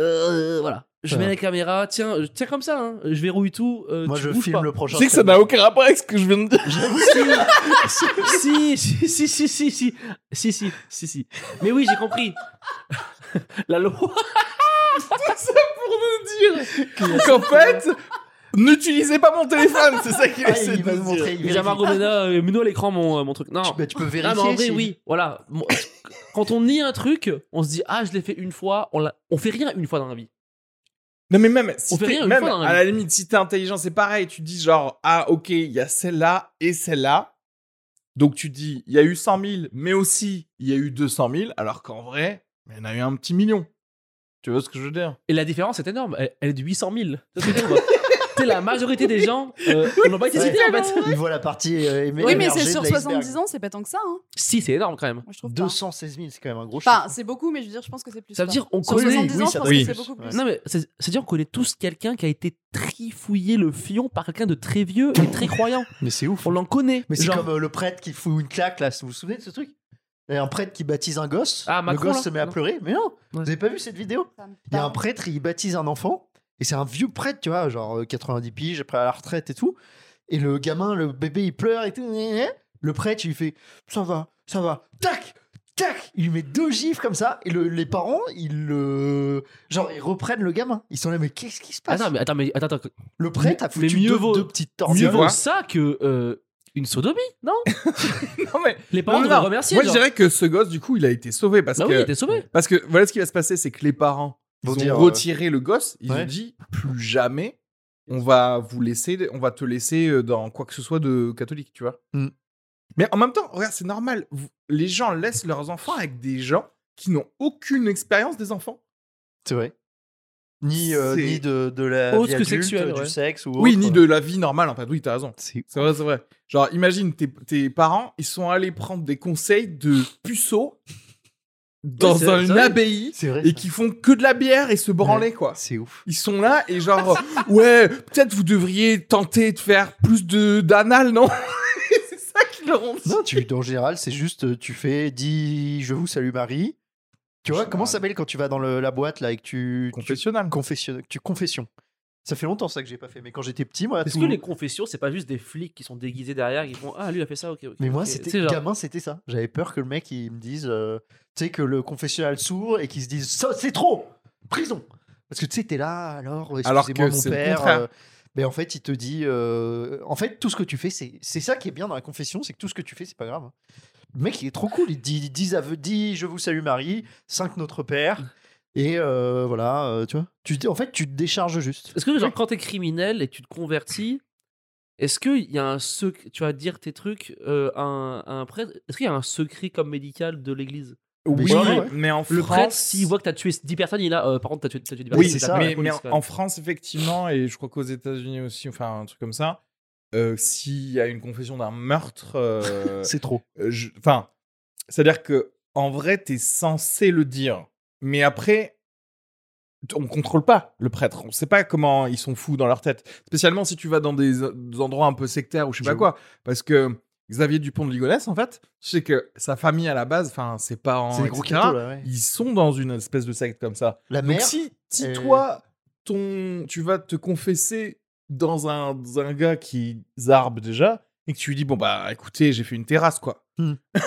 Speaker 3: euh, voilà, je mets
Speaker 2: Ah.
Speaker 3: la caméra. Tiens, euh, tiens comme ça. hein, Je verrouille tout. euh,
Speaker 2: Moi,
Speaker 3: tu
Speaker 2: je
Speaker 3: bouges
Speaker 2: filme
Speaker 3: pas.
Speaker 2: le prochain.
Speaker 1: Je sais que ça n'a
Speaker 2: stand-up.
Speaker 1: aucun rapport avec ce que je viens de dire.
Speaker 3: si, si, si, si, si, si, si, si, si, si. Mais oui, j'ai compris. la loi.
Speaker 1: pour nous dire qu'en fait, n'utilisez pas mon téléphone, c'est ça qu'il
Speaker 2: Ah,
Speaker 1: essaie
Speaker 2: il
Speaker 1: de
Speaker 2: va nous
Speaker 1: dire.
Speaker 2: montrer. il
Speaker 3: J'ai
Speaker 2: vérifie.
Speaker 3: Margot Mena, euh, Meno à l'écran mon, euh, mon truc. Non.
Speaker 2: Tu, bah, tu peux
Speaker 3: Ah,
Speaker 2: vérifier.
Speaker 3: mais en vrai,
Speaker 2: si-
Speaker 3: oui. Voilà. Moi, Quand on nie un truc, on se dit ah je l'ai fait une fois. On, l'a- on fait rien une fois dans la vie.
Speaker 1: Non, mais même, si
Speaker 3: On fait
Speaker 1: t'es-
Speaker 3: rien une
Speaker 1: même
Speaker 3: fois dans la
Speaker 1: à la limite, si t'es intelligent, c'est pareil. Tu dis genre, ah, ok, il y a celle-là et celle-là. Donc tu dis, il y a eu 100 000, mais aussi, il y a eu 200 000, alors qu'en vrai, il y en a eu un petit million. Tu vois ce que je veux dire
Speaker 3: Et la différence est énorme. Elle, elle est de 800 000. Ça, c'est dingue, quoi. Tu sais, la majorité des gens euh, n'ont pas été
Speaker 2: Ouais.
Speaker 3: cités en fait.
Speaker 2: Il voit la partie euh, émer-
Speaker 6: Oui, mais
Speaker 2: émergée
Speaker 6: c'est
Speaker 2: de
Speaker 6: sur
Speaker 2: l'iceberg.
Speaker 6: 70 ans, c'est pas tant que ça. Hein.
Speaker 3: Si, c'est énorme quand même.
Speaker 6: Moi, je trouve pas.
Speaker 2: 216 000, c'est quand même un gros
Speaker 6: Enfin,
Speaker 2: chiffre.
Speaker 6: c'est beaucoup, mais je veux dire, je pense que c'est plus.
Speaker 3: Ça veut
Speaker 6: quoi.
Speaker 3: dire on
Speaker 6: sur
Speaker 3: connaît.
Speaker 6: 70 ans,
Speaker 2: Oui,
Speaker 6: je
Speaker 2: ça
Speaker 1: doit
Speaker 6: pense que
Speaker 1: être
Speaker 6: c'est
Speaker 2: plus.
Speaker 6: beaucoup plus.
Speaker 2: Ouais.
Speaker 3: Non mais c'est- c'est-à-dire qu'on est tous quelqu'un qui a été trifouillé le fion par quelqu'un de très vieux et très croyant.
Speaker 2: Mais c'est ouf.
Speaker 3: On l'en connaît.
Speaker 2: Mais c'est
Speaker 3: Genre,
Speaker 2: comme euh, le prêtre qui fout une claque, là. Vous vous souvenez de ce truc Il y a un prêtre qui baptise un gosse.
Speaker 3: Ah, Macron,
Speaker 2: le gosse
Speaker 3: là
Speaker 2: se met à
Speaker 3: Non.
Speaker 2: pleurer. Mais non, vous
Speaker 3: Ouais.
Speaker 2: avez pas vu cette vidéo
Speaker 6: Ça me
Speaker 2: Il y a un
Speaker 6: parle.
Speaker 2: prêtre, il baptise un enfant, et c'est un vieux prêtre, tu vois, genre euh, 90 piges, après à la retraite et tout. Et le gamin, le bébé, il pleure et tout. gna gna gna. Le prêtre, il lui fait Ça va, ça va, tac, tac Il lui met deux gifles comme ça, et le- les parents, ils le. Genre, ils reprennent le gamin. Ils sont là, mais qu'est-ce qui se passe
Speaker 3: Attends Ah, mais attends mais attends. attends.
Speaker 2: Le prêtre a
Speaker 3: mais
Speaker 2: foutu
Speaker 3: mieux
Speaker 2: deux,
Speaker 3: vaut-
Speaker 2: deux petites
Speaker 3: Mieux
Speaker 2: tortures.
Speaker 1: vaut-
Speaker 3: vaut ça que euh, une sodomie, non
Speaker 1: Non, mais
Speaker 3: Les parents
Speaker 1: Non,
Speaker 3: devraient
Speaker 1: non.
Speaker 3: remercier.
Speaker 1: moi, je
Speaker 3: genre.
Speaker 1: dirais que ce gosse, du coup, il a été sauvé parce
Speaker 3: Bah
Speaker 1: que
Speaker 3: oui, t'es sauvé.
Speaker 1: Parce que voilà ce qui va se passer, c'est que les parents
Speaker 2: Vont
Speaker 1: vont
Speaker 2: dire,
Speaker 1: retirer le gosse. Ils
Speaker 2: Ouais.
Speaker 1: ont dit plus jamais, on va vous laisser, on va te laisser euh, dans quoi que ce soit de catholique, tu vois.
Speaker 2: Mm.
Speaker 1: Mais en même temps, regarde, c'est normal. Vous- les gens laissent leurs enfants avec des gens qui n'ont aucune expérience des enfants.
Speaker 2: euh, C'est vrai. Ni, euh,
Speaker 1: C'est-
Speaker 2: ni de, de la
Speaker 3: Autre
Speaker 2: vie
Speaker 3: que
Speaker 2: adulte,
Speaker 3: sexuelle,
Speaker 2: du
Speaker 3: ouais.
Speaker 2: sexe ou
Speaker 1: oui,
Speaker 2: autre.
Speaker 1: ni de la vie normale, en fait. Oui, t'as raison.
Speaker 2: C'est-
Speaker 1: C'est vrai, c'est vrai. Genre, imagine, tes, tes parents, ils sont allés prendre des conseils de puceaux dans
Speaker 3: c'est vrai,
Speaker 1: une
Speaker 3: c'est vrai.
Speaker 1: abbaye
Speaker 2: C'est vrai.
Speaker 1: et
Speaker 2: ça.
Speaker 1: qui font que de la bière et se branler, quoi.
Speaker 2: C'est ouf.
Speaker 1: Ils sont là et genre ouais peut-être vous devriez tenter de faire plus de d'anal non C'est ça qu'ils leur ont dit.
Speaker 2: Non, tu, en général, c'est juste, euh, tu fais, dis, je vous salue Marie. Tu vois,
Speaker 1: Général.
Speaker 2: comment ça s'appelle quand tu vas dans le- la boîte là et que tu, tu,
Speaker 1: Confessionnal.
Speaker 2: confession- tu confession Ça fait longtemps ça que j'ai pas fait, mais quand j'étais petit, moi,
Speaker 3: Est-ce
Speaker 2: tout-
Speaker 3: que les confessions, c'est pas juste des flics qui sont déguisés derrière qui font Ah, lui, il a fait ça, ok, ok.
Speaker 2: mais moi,
Speaker 3: ok.
Speaker 2: c'était
Speaker 3: C'est genre-
Speaker 2: gamin, c'était ça. J'avais peur que le mec il me dise, euh, tu sais, que le confessionnal s'ouvre et qu'il se dise, Ça, c'est trop, prison. Parce que tu sais, t'es là, alors, euh,
Speaker 1: Alors
Speaker 2: excusez-moi
Speaker 1: que
Speaker 2: mon
Speaker 1: c'est le
Speaker 2: père.
Speaker 1: contraire.
Speaker 2: euh, mais en fait, il te dit, euh, en fait, tout ce que tu fais, c'est c'est ça qui est bien dans la confession, c'est que tout ce que tu fais, c'est pas grave. Le mec, il est trop cool. Il dit 10 aveux, 10 je vous salue Marie, 5 notre Père. Et euh, voilà, euh, tu vois. Tu, te- en fait, tu te décharges juste.
Speaker 3: Est-ce que, genre, quand t'es criminel et tu te convertis, est-ce qu'il y a un secret Tu vas dire tes trucs euh, à, un, à un prêtre Est-ce qu'il y a un secret comme médical de l'église
Speaker 1: Oui,
Speaker 2: Ouais.
Speaker 1: mais en
Speaker 3: Le
Speaker 1: France,
Speaker 3: prêtre, s'il voit que t'as tué 10 personnes, il a euh, Par contre, t'as tué, t'as tué 10 personnes.
Speaker 1: oui,
Speaker 2: c'est
Speaker 1: c'est ça.
Speaker 2: ça,
Speaker 3: la
Speaker 1: Mais,
Speaker 3: police,
Speaker 1: mais
Speaker 3: quand même.
Speaker 1: en France effectivement et je crois qu'aux États-Unis aussi, enfin un truc comme ça, euh, s'il y a une confession d'un meurtre, euh,
Speaker 2: C'est trop.
Speaker 1: euh, je- enfin c'est-à-dire que en vrai t'es censé le dire, mais après on contrôle pas le prêtre. On sait pas comment ils sont fous dans leur tête. Spécialement si tu vas dans des, des endroits un peu sectaires ou je sais pas
Speaker 2: J'avoue.
Speaker 1: quoi. Parce que Xavier Dupont de Ligonnès, en fait, tu sais que sa famille à la base, enfin ses parents,
Speaker 2: C'est des gros
Speaker 1: etc.,
Speaker 2: cadeaux, là, ouais.
Speaker 1: ils sont dans une espèce de secte comme ça.
Speaker 2: La
Speaker 1: Donc
Speaker 2: mère,
Speaker 1: si, si
Speaker 2: euh,
Speaker 1: toi, ton, tu vas te confesser dans un, dans un gars qui zarbe déjà et que tu lui dis bon bah écoutez j'ai fait une terrasse quoi.
Speaker 2: Hmm.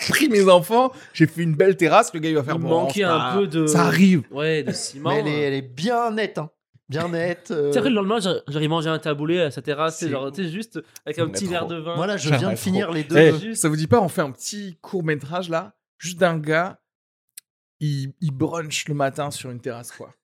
Speaker 1: j'ai pris mes enfants, j'ai fait une belle terrasse. Le gars il va faire
Speaker 3: Il
Speaker 1: bon,
Speaker 3: manquait
Speaker 1: c'est
Speaker 3: un
Speaker 1: pas-
Speaker 3: peu de-
Speaker 1: ça arrive.
Speaker 3: Ouais, de ciment.
Speaker 2: mais euh, elle est,
Speaker 3: hein.
Speaker 2: elle est bien nette. hein. Bien nette. euh,
Speaker 3: Tu sais, après, le lendemain, j'ar- j'arrive manger un taboulé à sa terrasse, tu sais,
Speaker 1: C'est-
Speaker 3: genre, tu sais, juste avec un
Speaker 1: On est
Speaker 3: petit verre
Speaker 1: trop.
Speaker 3: de vin.
Speaker 2: Voilà, je
Speaker 1: J'aimerais
Speaker 2: viens de finir les deux. euh,
Speaker 1: Eh,
Speaker 3: Juste-
Speaker 1: Ça vous dit pas, on fait un petit court métrage là, juste d'un gars, il, il brunch le matin sur une terrasse quoi.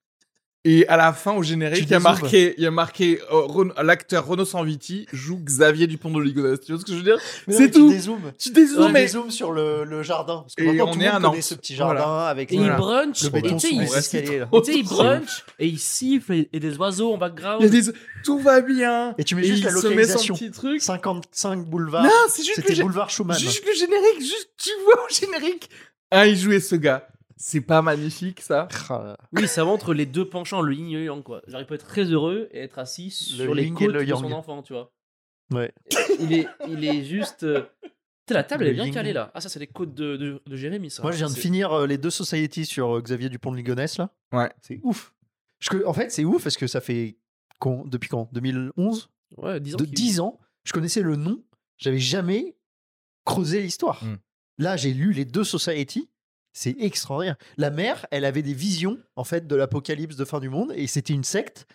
Speaker 1: Et à la fin, au
Speaker 2: Tu
Speaker 1: générique, il y a
Speaker 2: les ouvres.
Speaker 1: marqué, il y a marqué euh, Ren- l'acteur Renaud Sanviti joue Xavier Dupont de Ligonnès. Tu vois ce que je veux dire
Speaker 2: Mais non,
Speaker 1: c'est
Speaker 2: mais tu
Speaker 1: tout.
Speaker 2: dézoomes.
Speaker 1: Tu
Speaker 2: Tu
Speaker 1: dézoomes, mais
Speaker 2: dézoomes Euh, sur le, le jardin. Parce que
Speaker 1: Et
Speaker 2: maintenant,
Speaker 1: on
Speaker 2: tout
Speaker 1: est
Speaker 2: le
Speaker 1: à
Speaker 2: monde
Speaker 1: Nantes.
Speaker 2: connaît ce petit jardin avec
Speaker 3: Et
Speaker 1: Voilà.
Speaker 3: il brunch,
Speaker 2: le béton
Speaker 3: et tu sais,
Speaker 2: sous
Speaker 3: il-
Speaker 2: les
Speaker 1: reste
Speaker 2: escaliers. là.
Speaker 3: tu sais, il brunch et il siffle et, et des oiseaux en
Speaker 1: il y a
Speaker 6: hein.
Speaker 3: background.
Speaker 1: des- tout va bien.
Speaker 2: Et tu mets
Speaker 1: Et
Speaker 2: juste
Speaker 1: il
Speaker 2: la
Speaker 1: se met son
Speaker 2: localisation.
Speaker 1: petit truc.
Speaker 2: 55 boulevard.
Speaker 1: Non, c'est juste le,
Speaker 2: C'était
Speaker 1: gé-
Speaker 2: boulevard Schumann.
Speaker 1: juste le générique. Juste, tu vois au générique. Ah, il jouait ce gars. C'est pas magnifique ça
Speaker 2: Ah, là.
Speaker 3: Oui, ça montre les deux penchants, le yin et le yang, quoi. Genre, il peut être très heureux et être assis sur les
Speaker 2: yin et
Speaker 3: côtes
Speaker 2: le
Speaker 3: de son
Speaker 2: yang.
Speaker 3: enfant, tu vois.
Speaker 2: Ouais.
Speaker 3: Il est, il est juste. euh, Putain, la table, elle
Speaker 2: Le
Speaker 3: est bien
Speaker 2: yin.
Speaker 3: calée, là. Ah, ça, c'est les côtes de, de, de Jérémy, ça.
Speaker 2: Moi, je viens de
Speaker 3: C'est-
Speaker 2: finir euh, les deux Society sur euh, Xavier Dupont de Ligonnès, là.
Speaker 1: Ouais.
Speaker 2: C'est ouf. Je que- en fait, c'est ouf parce que ça fait quand- depuis quand 2011
Speaker 3: Ouais, 10 ans.
Speaker 2: De
Speaker 3: qu'il-
Speaker 2: 10 ans, je connaissais le nom, j'avais jamais creusé l'histoire.
Speaker 1: Mm.
Speaker 2: Là, j'ai lu les deux Society. C'est extraordinaire. La mère, elle avait des visions en fait de l'apocalypse de fin du monde et c'était une secte.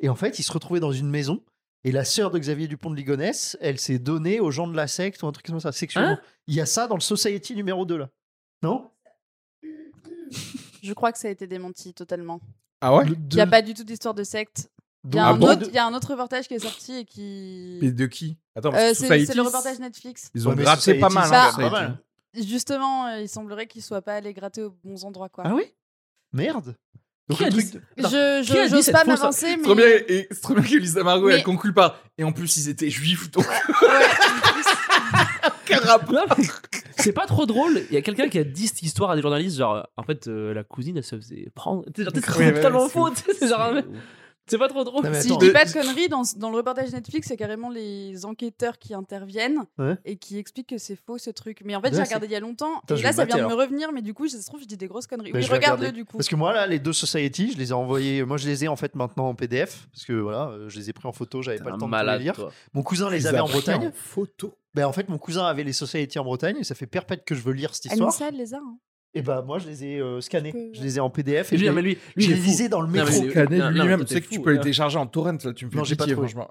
Speaker 2: Et en fait, ils se retrouvaient dans une maison et la sœur de Xavier Dupont de Ligonnès, elle s'est donnée aux gens de la secte ou un truc comme ça sexuellement.
Speaker 3: Hein
Speaker 2: Il y a ça dans le Society numéro 2 là. Non
Speaker 6: Je crois que ça a été démenti totalement.
Speaker 1: Ah ouais
Speaker 2: De-
Speaker 6: Il n'y a
Speaker 2: de-
Speaker 6: pas du tout d'histoire de secte. Il y, a
Speaker 1: Ah
Speaker 6: un
Speaker 1: bon
Speaker 6: autre- il y a un autre reportage qui est sorti et qui.
Speaker 1: Et de qui Attends, parce
Speaker 6: Euh,
Speaker 1: que
Speaker 6: c'est
Speaker 1: Society,
Speaker 6: c'est le reportage Bah, Netflix.
Speaker 1: Ils ont
Speaker 2: Ouais, mais
Speaker 1: gratté pas
Speaker 2: Society,
Speaker 1: mal.
Speaker 2: c'est
Speaker 3: Ah,
Speaker 1: hein,
Speaker 6: pas
Speaker 1: Society.
Speaker 2: mal.
Speaker 6: Justement, euh, il semblerait qu'ils soient pas allés gratter aux bons endroits. Quoi.
Speaker 2: Ah oui Merde. Donc,
Speaker 3: Qui
Speaker 2: le
Speaker 3: a
Speaker 2: truc
Speaker 3: dit-
Speaker 6: Je
Speaker 3: Non.
Speaker 6: je-
Speaker 3: Qui a dit
Speaker 6: j'ose
Speaker 3: cette
Speaker 6: pas
Speaker 3: fausse-
Speaker 6: m'avancer, mais.
Speaker 1: Trop bien, et c'est trop bien que Lisa Margot elle
Speaker 6: Mais-
Speaker 1: conclut par. Et en plus, ils étaient juifs, donc
Speaker 6: Ouais, en plus,
Speaker 1: quel rapport
Speaker 3: Non, mais c'est pas trop drôle. Il y a quelqu'un qui a dit cette histoire à des journalistes, genre, euh, en fait, euh, la cousine, elle se faisait prendre. Tu sais, genre, tu sais,
Speaker 1: Ouais,
Speaker 3: C'est
Speaker 1: ouais,
Speaker 3: totalement
Speaker 1: c'est
Speaker 3: faux. tu sais, C'est
Speaker 2: Ah
Speaker 3: genre, un- c'est pas trop drôle.
Speaker 2: Non, mais
Speaker 6: Si
Speaker 2: attends,
Speaker 6: je dis
Speaker 1: euh,
Speaker 6: pas de conneries, dans, dans le reportage Netflix, c'est carrément les enquêteurs qui interviennent
Speaker 2: Ouais.
Speaker 6: et qui expliquent que c'est faux ce truc. Mais en fait,
Speaker 2: Ouais,
Speaker 6: j'ai
Speaker 2: c'est-
Speaker 6: regardé il y a longtemps
Speaker 2: Putain,
Speaker 6: et
Speaker 2: je
Speaker 6: là,
Speaker 2: vais
Speaker 6: ça
Speaker 2: me
Speaker 6: vient de me
Speaker 2: battre,
Speaker 6: revenir, mais du coup, ça se trouve, je dis des grosses conneries.
Speaker 2: Ben,
Speaker 6: oui,
Speaker 2: je vais
Speaker 6: regarde-le
Speaker 2: regarder.
Speaker 6: du coup.
Speaker 2: Parce que moi, là, les deux Society, je les ai envoyés. Moi, je les ai en fait maintenant en PDF. Parce que voilà, euh, je les ai pris en photo, j'avais pas le temps de tous les lire.
Speaker 3: toi.
Speaker 2: Mon cousin les
Speaker 1: Ils
Speaker 2: avait en
Speaker 1: apprennent
Speaker 2: Bretagne.
Speaker 1: photo.
Speaker 2: Ben, en fait, mon cousin avait les Society en Bretagne et ça fait perpète que je veux lire cette histoire.
Speaker 6: Anissa, elle les a. hein.
Speaker 2: Et ben, moi, je les ai euh,
Speaker 6: Tu
Speaker 2: scannés.
Speaker 6: peux-
Speaker 2: Je les ai en PDF et
Speaker 3: Lui,
Speaker 2: je
Speaker 3: non,
Speaker 2: les-
Speaker 3: mais lui, lui,
Speaker 2: je
Speaker 3: il est
Speaker 2: les
Speaker 3: faux.
Speaker 2: lisais dans le
Speaker 3: Non, mais
Speaker 2: métro.
Speaker 3: c'est-
Speaker 1: Canet
Speaker 3: non, non,
Speaker 1: lui-même,
Speaker 3: mais
Speaker 1: tu
Speaker 3: t'es
Speaker 1: sais que tu
Speaker 3: fou,
Speaker 1: peux le
Speaker 3: hein.
Speaker 1: télécharger en torrent, là, tu me fais
Speaker 2: Non, j'ai pas
Speaker 1: pitié,
Speaker 2: trouvé.
Speaker 1: franchement.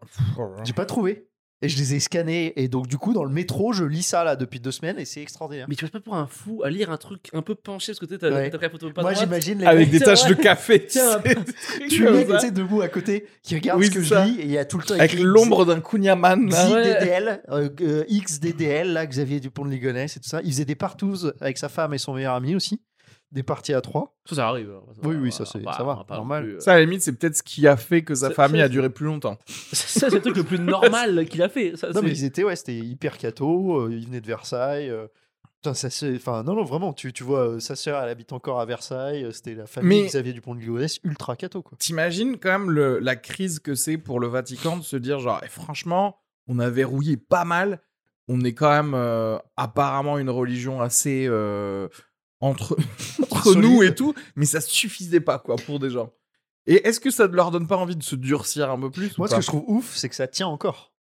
Speaker 2: J'ai pas trouvé. Et je les ai scannés. Et donc, du coup, dans le métro, je lis ça là depuis deux semaines et c'est extraordinaire.
Speaker 3: Ah, Mais tu passes pas pour un fou à lire un truc un peu penché parce que tu sais, t'as
Speaker 2: Ouais.
Speaker 3: t'as pris la photo pas
Speaker 2: Moi,
Speaker 3: droite.
Speaker 2: j'imagine les
Speaker 1: Avec
Speaker 2: mecs,
Speaker 1: des
Speaker 3: C'est
Speaker 1: taches de
Speaker 3: vrai.
Speaker 1: café,
Speaker 3: Tiens,
Speaker 1: tu sais,
Speaker 2: tu
Speaker 1: comme
Speaker 2: mets,
Speaker 1: ça.
Speaker 2: tu sais, debout à côté, qui regarde
Speaker 1: Oui,
Speaker 2: ce que
Speaker 1: c'est
Speaker 2: je
Speaker 1: ça.
Speaker 2: lis et il y a tout le temps
Speaker 1: avec
Speaker 2: écrit
Speaker 1: l'ombre d'un Kunyaman.
Speaker 3: Bah
Speaker 1: là.
Speaker 2: XDDL, euh, euh, XDDL, là, Xavier Dupont de Ligonnès et tout ça. Il faisait des partouzes avec sa femme et son meilleur ami aussi. Des parties à trois.
Speaker 3: Ça, ça arrive. hein.
Speaker 2: Oui,
Speaker 3: va,
Speaker 2: oui,
Speaker 3: on
Speaker 2: ça,
Speaker 3: va
Speaker 2: c'est-
Speaker 3: pas-
Speaker 2: ça va,
Speaker 3: on pas non
Speaker 2: normal.
Speaker 3: plus, euh,
Speaker 1: Ça, à la limite, c'est peut-être ce qui a fait que sa
Speaker 3: Ça-
Speaker 1: famille
Speaker 3: ça-
Speaker 1: a duré plus longtemps.
Speaker 3: Ça, c'est le truc le plus normal qu'il a fait. Ça,
Speaker 2: Non, mais
Speaker 3: c'est-
Speaker 2: ils étaient, ouais, c'était hyper catho. euh, ils venaient de Versailles. euh, putain, ça c'est. Enfin, non, non, vraiment. Tu, tu vois, euh, sa sœur, elle habite encore à Versailles. euh, C'était la famille
Speaker 1: Mais-
Speaker 2: Xavier Dupont de Ligonnès, ultra catho, quoi.
Speaker 1: T'imagines quand même le- la crise que c'est pour le Vatican de se dire genre Eh, franchement, on a verrouillé pas mal, on est quand même euh, apparemment une religion assez euh, entre, entre
Speaker 2: Solide.
Speaker 1: nous et tout, mais ça suffisait pas quoi pour des gens. Et est-ce que ça ne leur donne pas envie de se durcir un peu plus
Speaker 2: Moi,
Speaker 1: ou
Speaker 2: ce
Speaker 1: pas
Speaker 2: que je trouve ouf, c'est que ça tient encore.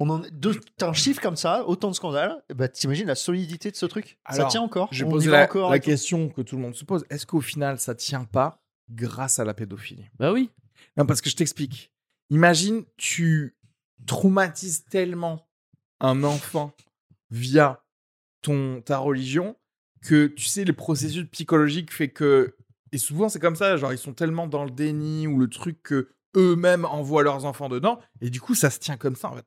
Speaker 2: On en... deux- T'as un chiffre comme ça, autant de scandales. Bah, T'imagines la solidité de ce truc Ça
Speaker 1: Alors,
Speaker 2: tient encore.
Speaker 1: J'ai
Speaker 2: on y
Speaker 1: posé
Speaker 2: va
Speaker 1: la,
Speaker 2: encore
Speaker 1: la
Speaker 2: et tout.
Speaker 1: question que tout le monde se pose est-ce qu'au final ça tient pas grâce à la pédophilie
Speaker 3: Bah oui.
Speaker 1: Non, parce que je t'explique. Imagine, tu traumatises tellement un enfant via ton, ta religion que tu sais, le processus psychologique fait que. Et souvent, c'est comme ça, genre, ils sont tellement dans le déni ou le truc que eux-mêmes envoient leurs enfants dedans, et du coup, ça se tient comme ça, en fait.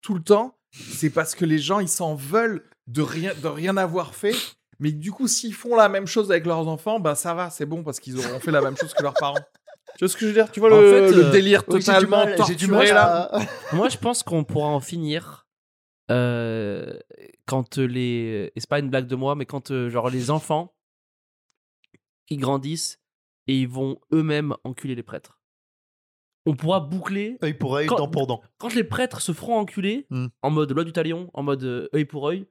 Speaker 1: Tout le temps, c'est parce que les gens, ils s'en veulent de rien, de rien avoir fait, mais du coup, s'ils font la même chose avec leurs enfants, bah ça va, c'est bon, parce qu'ils auront fait la même chose que leurs parents. Tu vois ce que je veux dire Tu vois
Speaker 3: En
Speaker 1: le,
Speaker 3: fait,
Speaker 1: le
Speaker 3: euh,
Speaker 1: délire
Speaker 2: Oui, j'ai du
Speaker 1: totalement
Speaker 2: mal- j'ai
Speaker 1: torturé
Speaker 2: du mal
Speaker 1: là
Speaker 2: à-
Speaker 3: Moi, je pense qu'on pourra en finir euh, quand les. Et c'est pas une blague de moi, mais quand euh, genre les enfants ils grandissent et ils vont eux-mêmes enculer les prêtres. On pourra boucler
Speaker 2: Il pourrait
Speaker 3: Quand-
Speaker 2: être dent pour dent.
Speaker 3: quand les prêtres se feront enculer
Speaker 2: Hmm.
Speaker 3: en mode loi du talion, en mode euh, œil pour œil.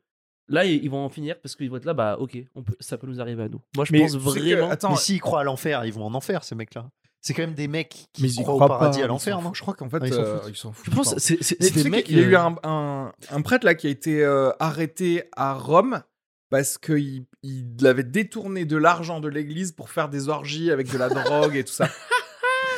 Speaker 3: Là, ils ils vont en finir parce qu'ils vont être là, bah ok, on peut, ça peut nous arriver à nous. Moi, je
Speaker 1: Mais
Speaker 3: pense
Speaker 1: tu sais que-
Speaker 3: vraiment.
Speaker 1: attends,
Speaker 2: Mais s'ils croient à l'enfer, ils vont en enfer, ces mecs-là. C'est quand même des mecs qui
Speaker 1: mais ils y
Speaker 2: croient,
Speaker 1: croient
Speaker 2: au paradis
Speaker 1: pas,
Speaker 2: à
Speaker 1: ils
Speaker 2: l'enfer,
Speaker 1: s'en
Speaker 2: non
Speaker 1: foutent. Je crois qu'en fait,
Speaker 2: Ah, ils s'en
Speaker 1: euh,
Speaker 2: foutent.
Speaker 1: ils s'en foutent.
Speaker 3: Je pense que c'est c'est-
Speaker 1: Mais
Speaker 3: c'est
Speaker 1: tu sais
Speaker 3: des mecs.
Speaker 1: qu'il y a eu
Speaker 3: euh,
Speaker 1: un, un- un prêtre là qui a été euh, arrêté à Rome parce qu'il il avait détourné de l'argent de l'église pour faire des orgies avec de la drogue et tout ça.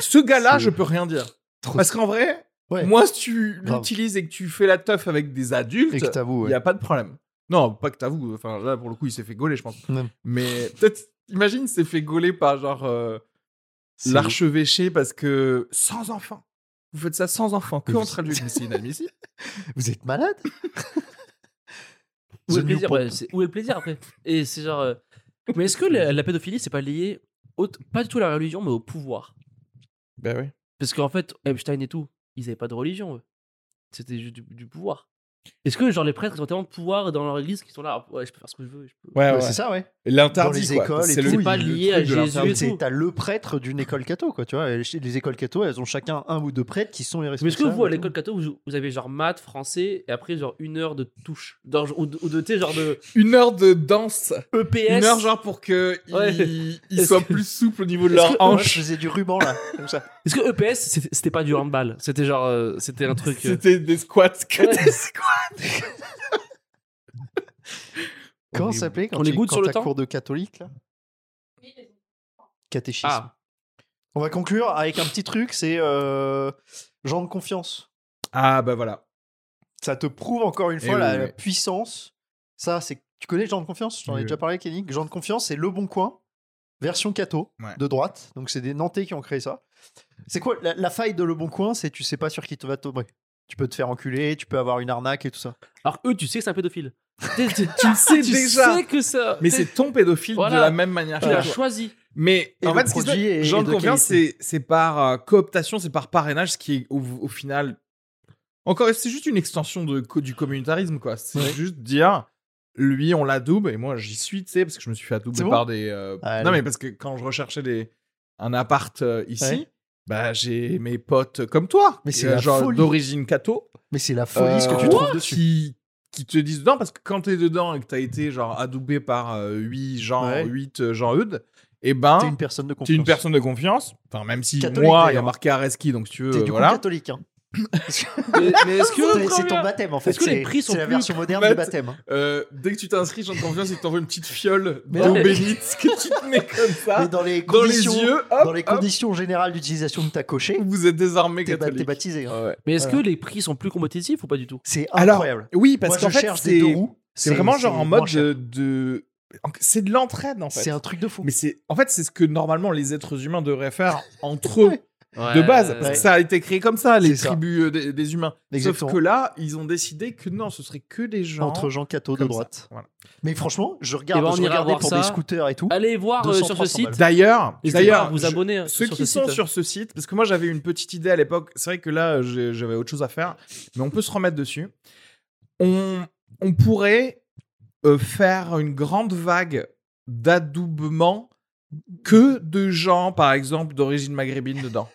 Speaker 1: Ce gars-là,
Speaker 2: C'est-
Speaker 1: je peux rien dire.
Speaker 2: Trop-
Speaker 1: Parce qu'en vrai,
Speaker 2: Ouais.
Speaker 1: moi, si tu
Speaker 2: Grave.
Speaker 1: l'utilises et que tu fais la teuf avec des
Speaker 2: Et
Speaker 1: adultes,
Speaker 2: que t'avoues,
Speaker 1: il
Speaker 2: ouais.
Speaker 1: n'y a pas de problème. Non, pas que t'avoues. Enfin, là, pour le coup, il s'est fait gauler, je pense.
Speaker 2: Non.
Speaker 1: Mais peut-être, imagine, il s'est fait gauler par genre euh,
Speaker 2: C'est-
Speaker 1: l'archevêché parce que sans enfant. Vous faites ça sans enfant, que
Speaker 2: Vous-
Speaker 1: entre adultes, mais c'est inadmissible.
Speaker 2: Vous êtes malade
Speaker 3: Où
Speaker 2: The
Speaker 3: est, le
Speaker 2: new
Speaker 3: plaisir,
Speaker 2: pop.
Speaker 3: ouais, c'est- où est le plaisir après Et c'est genre. euh, Mais est-ce que la, la pédophilie, c'est pas lié, au- pas du tout à la religion, mais au pouvoir
Speaker 1: Ben oui.
Speaker 3: Parce qu'en fait, Epstein et tout, ils avaient pas de religion, eux. C'était juste du, du pouvoir. Est-ce que genre les prêtres, ils ont tellement de pouvoir dans leur église qu'ils sont là, ah, ouais, je peux faire ce que je veux. je peux-
Speaker 1: Ouais,
Speaker 2: Ouais,
Speaker 1: Ah ouais.
Speaker 2: C'est ça, ouais.
Speaker 1: L'interdit,
Speaker 2: Dans les
Speaker 1: quoi.
Speaker 2: écoles et
Speaker 1: C'est
Speaker 2: tout,
Speaker 1: le-
Speaker 2: c'est pas
Speaker 1: le
Speaker 3: lié
Speaker 1: truc
Speaker 3: à
Speaker 1: de
Speaker 3: Jésus.
Speaker 1: l'interdit.
Speaker 3: et
Speaker 2: C'est-
Speaker 3: tout.
Speaker 2: T'as le prêtre d'une école catho, quoi. Tu vois, Et les les écoles catho, elles ont chacun un ou deux prêtres qui sont les
Speaker 3: Mais est-ce que
Speaker 2: responsables.
Speaker 3: vous, à
Speaker 2: et tout.
Speaker 3: l'école catho, vous, vous avez genre maths, français, et après genre une heure de touche dans- Ou de, ou de, tu sais, genre de E
Speaker 1: Une heure de danse.
Speaker 3: EPS
Speaker 1: Une heure, genre, pour que
Speaker 3: Ouais.
Speaker 1: ils, ils
Speaker 3: Est-ce
Speaker 1: soient
Speaker 3: que-
Speaker 1: plus souples au niveau de
Speaker 3: Est-ce
Speaker 1: leur
Speaker 3: que-
Speaker 2: Moi, je
Speaker 1: hanche.
Speaker 2: faisais du ruban, là, comme ça.
Speaker 3: Est-ce que EPS, c'était c'était pas du handball C'était genre. euh, c'était un truc. euh,
Speaker 1: C'était des squats que
Speaker 3: Ouais.
Speaker 1: des squats.
Speaker 2: Comment
Speaker 1: est-
Speaker 2: ça s'appelait quand
Speaker 3: on est
Speaker 2: tu-
Speaker 3: good
Speaker 2: quand
Speaker 3: sur le
Speaker 2: t'as
Speaker 3: temps
Speaker 2: cours de catholique, là Catéchisme.
Speaker 3: Ah,
Speaker 2: On va conclure avec un petit truc, c'est euh, gens de confiance.
Speaker 1: Ah, bah voilà.
Speaker 2: Ça te prouve encore une
Speaker 1: Eh
Speaker 2: fois
Speaker 1: oui,
Speaker 2: la,
Speaker 1: oui,
Speaker 2: la
Speaker 1: oui.
Speaker 2: puissance. Ça, c'est. Tu connais gens de confiance J'en ai
Speaker 1: Oui,
Speaker 2: déjà parlé, Kenny. Gens de confiance, c'est le bon coin. version catho
Speaker 1: Ouais.
Speaker 2: de droite. Donc c'est des Nantais qui ont créé ça. C'est quoi la, la faille de Le Bon Coin C'est tu sais pas sur qui tu vas tomber. Tu peux te faire enculer, tu peux avoir une arnaque et tout ça.
Speaker 3: Alors que eux, tu sais que c'est un pédophile. tu tu-
Speaker 1: Ah, Tu le sais
Speaker 3: tu
Speaker 1: déjà.
Speaker 3: sais que ça.
Speaker 1: Mais c'est ton pédophile
Speaker 3: Voilà.
Speaker 1: de la même manière.
Speaker 3: Tu
Speaker 1: que
Speaker 3: l'as
Speaker 1: toi.
Speaker 3: choisi.
Speaker 1: Mais
Speaker 2: Et
Speaker 1: en
Speaker 2: le
Speaker 1: fait, ce qui se
Speaker 2: produit
Speaker 1: fait,
Speaker 2: est-
Speaker 1: genre
Speaker 2: est
Speaker 1: de
Speaker 2: de
Speaker 1: confiance, c'est c'est par euh, cooptation, c'est par parrainage, ce qui est au, au final. Encore, c'est juste une extension de, co- du communautarisme, quoi. C'est juste dire, lui, on l'adouble, et moi, j'y suis, tu sais, parce que je me suis fait adoubler
Speaker 2: C'est bon
Speaker 1: par des. euh,
Speaker 2: Ah,
Speaker 1: non,
Speaker 2: allez.
Speaker 1: mais parce que quand je recherchais des, un appart euh, ici,
Speaker 2: Ouais.
Speaker 1: bah, j'ai mes potes comme toi,
Speaker 2: Mais c'est
Speaker 1: euh,
Speaker 2: la
Speaker 1: genre
Speaker 2: folie.
Speaker 1: d'origine catho,
Speaker 2: Mais c'est la folie ce que tu
Speaker 1: euh,
Speaker 2: trouves dessus.
Speaker 1: qui, qui te disent dedans, parce que quand t'es dedans et que t'as été, genre, adoubé par 8 gens,
Speaker 2: Ouais.
Speaker 1: 8 gens eudes, et ben.
Speaker 2: T'es une personne de confiance.
Speaker 1: T'es une personne de confiance. Enfin, même si
Speaker 2: Catholique,
Speaker 1: moi, il y a
Speaker 2: d'ailleurs.
Speaker 1: marqué Areski, donc si tu
Speaker 2: T'es
Speaker 1: veux,
Speaker 2: du coup
Speaker 1: voilà.
Speaker 2: catholique. hein.
Speaker 3: Mais, mais est-ce
Speaker 2: C'est
Speaker 3: que.
Speaker 2: c'est ton baptême en fait.
Speaker 3: Est-ce que les
Speaker 2: C'est-
Speaker 3: prix sont
Speaker 2: C'est la
Speaker 3: plus
Speaker 2: version moderne
Speaker 1: bêtes
Speaker 2: du baptême. hein.
Speaker 1: Euh, dès que tu t'inscris, j'en confiance, ils t'envoient une petite fiole
Speaker 2: Mais
Speaker 1: d'eau
Speaker 3: ouais.
Speaker 1: bénite que tu te mets comme ça
Speaker 2: Mais dans les
Speaker 1: Hein? dans les
Speaker 2: conditions,
Speaker 1: yeux. Hop,
Speaker 2: dans les
Speaker 1: hop,
Speaker 2: conditions générales d'utilisation de ta cochée,
Speaker 1: vous êtes désarmé
Speaker 2: t'es ba- t'es
Speaker 1: catholique.
Speaker 2: baptisé. hein.
Speaker 1: Ouais.
Speaker 3: Mais est-ce que les prix sont plus compétitifs ou pas du tout
Speaker 2: C'est
Speaker 1: Alors,
Speaker 2: incroyable.
Speaker 1: Oui, parce
Speaker 2: Moi,
Speaker 1: qu'en
Speaker 2: je
Speaker 1: fait,
Speaker 2: cherche
Speaker 1: c'est
Speaker 2: des deux roues.
Speaker 1: c'est vraiment genre en mode
Speaker 2: moins cher.
Speaker 1: de, de- c'est de l'entraide en fait.
Speaker 2: C'est un truc de fou.
Speaker 1: Mais c'est en fait c'est ce que normalement les êtres humains devraient faire entre eux de base parce
Speaker 2: ouais.
Speaker 1: que ça a été créé comme ça les
Speaker 2: C'est ça.
Speaker 1: tribus euh, des, des humains.
Speaker 2: Exactement.
Speaker 1: Sauf que là ils ont décidé que non ce serait que des gens
Speaker 2: entre gens catho de
Speaker 1: comme
Speaker 2: droite.
Speaker 1: ça. Voilà.
Speaker 2: Mais franchement, je regarde,
Speaker 3: Eh ben, on
Speaker 2: je
Speaker 3: ira
Speaker 2: regardais
Speaker 3: voir
Speaker 2: pour
Speaker 3: ça.
Speaker 2: des scooters et tout.
Speaker 3: Allez voir euh,
Speaker 2: 200,
Speaker 3: sur ce
Speaker 2: 300
Speaker 3: site.
Speaker 2: balles.
Speaker 1: D'ailleurs,
Speaker 3: N'hésitez pas à
Speaker 1: d'ailleurs,
Speaker 3: vous
Speaker 1: je-
Speaker 3: abonner euh,
Speaker 1: ceux
Speaker 3: sur
Speaker 1: qui
Speaker 3: ce
Speaker 1: sont
Speaker 3: site.
Speaker 1: sur ce site, parce que moi j'avais une petite idée à l'époque, c'est vrai que là j'ai- j'avais autre chose à faire, mais on peut se remettre dessus. On, on pourrait euh, faire une grande vague d'adoubement que de gens, par exemple, d'origine maghrébine dedans.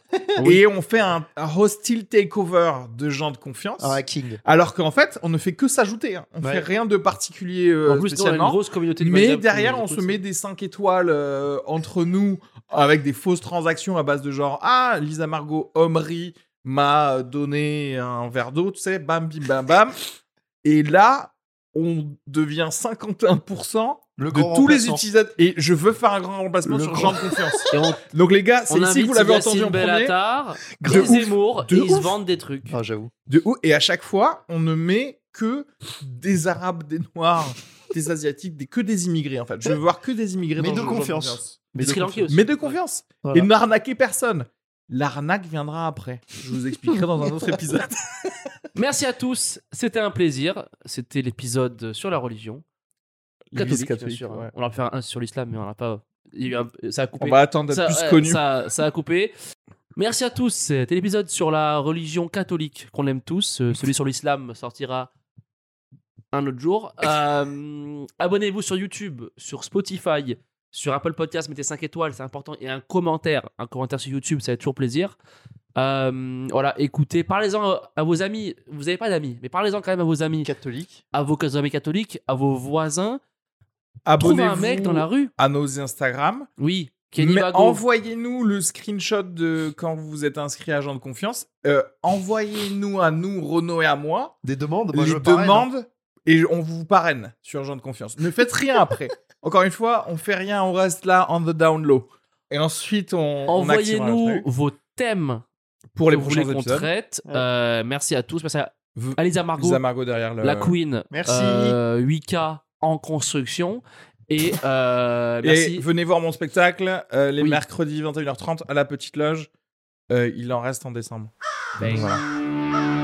Speaker 1: Et on fait un, un hostile takeover de gens de confiance.
Speaker 3: Ah
Speaker 2: Un hacking.
Speaker 1: Alors qu'en fait, on ne fait que s'ajouter. hein. On
Speaker 2: Ouais.
Speaker 1: fait rien de particulier euh,
Speaker 3: En plus, nous, on a une
Speaker 1: spécialement.
Speaker 3: grosse communauté de
Speaker 1: Mais
Speaker 3: Minecraft
Speaker 1: derrière,
Speaker 3: qui
Speaker 1: on
Speaker 3: nous
Speaker 1: se
Speaker 3: écoute.
Speaker 1: met des 5 étoiles euh, entre nous avec des fausses transactions à base de genre Ah, Lisa Margot Omri m'a donné un verre d'eau, tu sais, bam, bim, bam, bam. Et là, on devient 51%
Speaker 2: Le
Speaker 1: de
Speaker 2: grand
Speaker 1: tous les
Speaker 2: remplaçant.
Speaker 1: utilisateurs. Et je veux faire un grand remplacement
Speaker 2: Le
Speaker 1: sur
Speaker 2: grand-
Speaker 1: gens de confiance.
Speaker 3: Et on,
Speaker 1: Donc les gars, c'est ici
Speaker 3: on
Speaker 1: que
Speaker 3: invite
Speaker 1: vous l'avez
Speaker 3: Yassine
Speaker 1: entendu en premier.
Speaker 3: Bellatar,
Speaker 1: De
Speaker 3: Guy
Speaker 1: ouf.
Speaker 3: Zemmour,
Speaker 1: De
Speaker 3: et ils se
Speaker 1: ouf.
Speaker 3: vendent des trucs.
Speaker 2: Ah, j'avoue.
Speaker 1: De ouf. Et à chaque fois, on ne met que des Arabes, des Noirs, des Asiatiques, des, que des immigrés en fait. Je veux voir que des immigrés.
Speaker 2: Mais
Speaker 1: dans
Speaker 2: de
Speaker 1: le genre
Speaker 2: confiance.
Speaker 3: Des Sri Lankais aussi.
Speaker 1: Mais de confiance.
Speaker 2: Voilà.
Speaker 1: Et n'arnaquez personne. L'arnaque viendra après. Je vous expliquerai dans un autre épisode.
Speaker 3: Merci à tous, c'était un plaisir. C'était l'épisode sur la religion. Catholique,
Speaker 1: L'Église
Speaker 3: bien
Speaker 1: catholique,
Speaker 3: sûr. hein.
Speaker 1: ouais.
Speaker 3: On en fait un sur l'islam, mais on n'a pas. il y a eu un- Ça a coupé.
Speaker 1: On va attendre d'être
Speaker 3: ça,
Speaker 1: plus
Speaker 3: ouais,
Speaker 1: connu.
Speaker 3: Ça, ça a coupé. Merci à tous. C'était l'épisode sur la religion catholique qu'on aime tous. Euh, Celui sur l'islam sortira un autre jour. Euh, Abonnez-vous sur YouTube, sur Spotify, sur Apple Podcast. Mettez 5 étoiles, c'est important. Et un commentaire. Un commentaire sur YouTube, ça fait toujours plaisir. Euh, voilà, écoutez, parlez-en à- à vos amis. Vous n'avez pas d'amis, mais parlez-en quand même à vos amis,
Speaker 2: Catholique.
Speaker 3: à vos amis catholiques, à vos voisins. Trouvez un
Speaker 1: Abonnez-vous
Speaker 3: mec dans la rue.
Speaker 1: à nos Instagram.
Speaker 3: Oui, Kenny
Speaker 1: Mais
Speaker 3: Bago.
Speaker 1: Envoyez-nous le screenshot de quand vous vous êtes inscrit à Jean de Confiance. Euh, Envoyez-nous à nous, Renaud et à moi,
Speaker 2: Des
Speaker 3: Bah,
Speaker 2: demandes. Moi,
Speaker 1: les
Speaker 2: je parraine, hein.
Speaker 1: demandes et on vous parraine sur Jean de Confiance. Ne faites rien après. Encore une fois, on fait rien, on reste là on the down low. Et ensuite, on- on, activera le
Speaker 3: Envoyez-nous
Speaker 1: truc
Speaker 3: vos thèmes
Speaker 1: pour les
Speaker 3: que vous
Speaker 1: prochains
Speaker 3: voulez qu'on
Speaker 1: épisodes.
Speaker 3: traite. Euh, merci à tous. Merci à
Speaker 1: V-
Speaker 3: Alisa Margot,
Speaker 1: Lisa Margot derrière le.
Speaker 3: la Queen,
Speaker 2: Merci.
Speaker 3: euh, 8K en construction. Et euh, merci.
Speaker 1: Et venez voir mon spectacle euh, les
Speaker 3: Oui.
Speaker 1: mercredis 21h30 à la Petite Loge. Euh, il en reste en décembre.
Speaker 3: Bang.
Speaker 1: Voilà.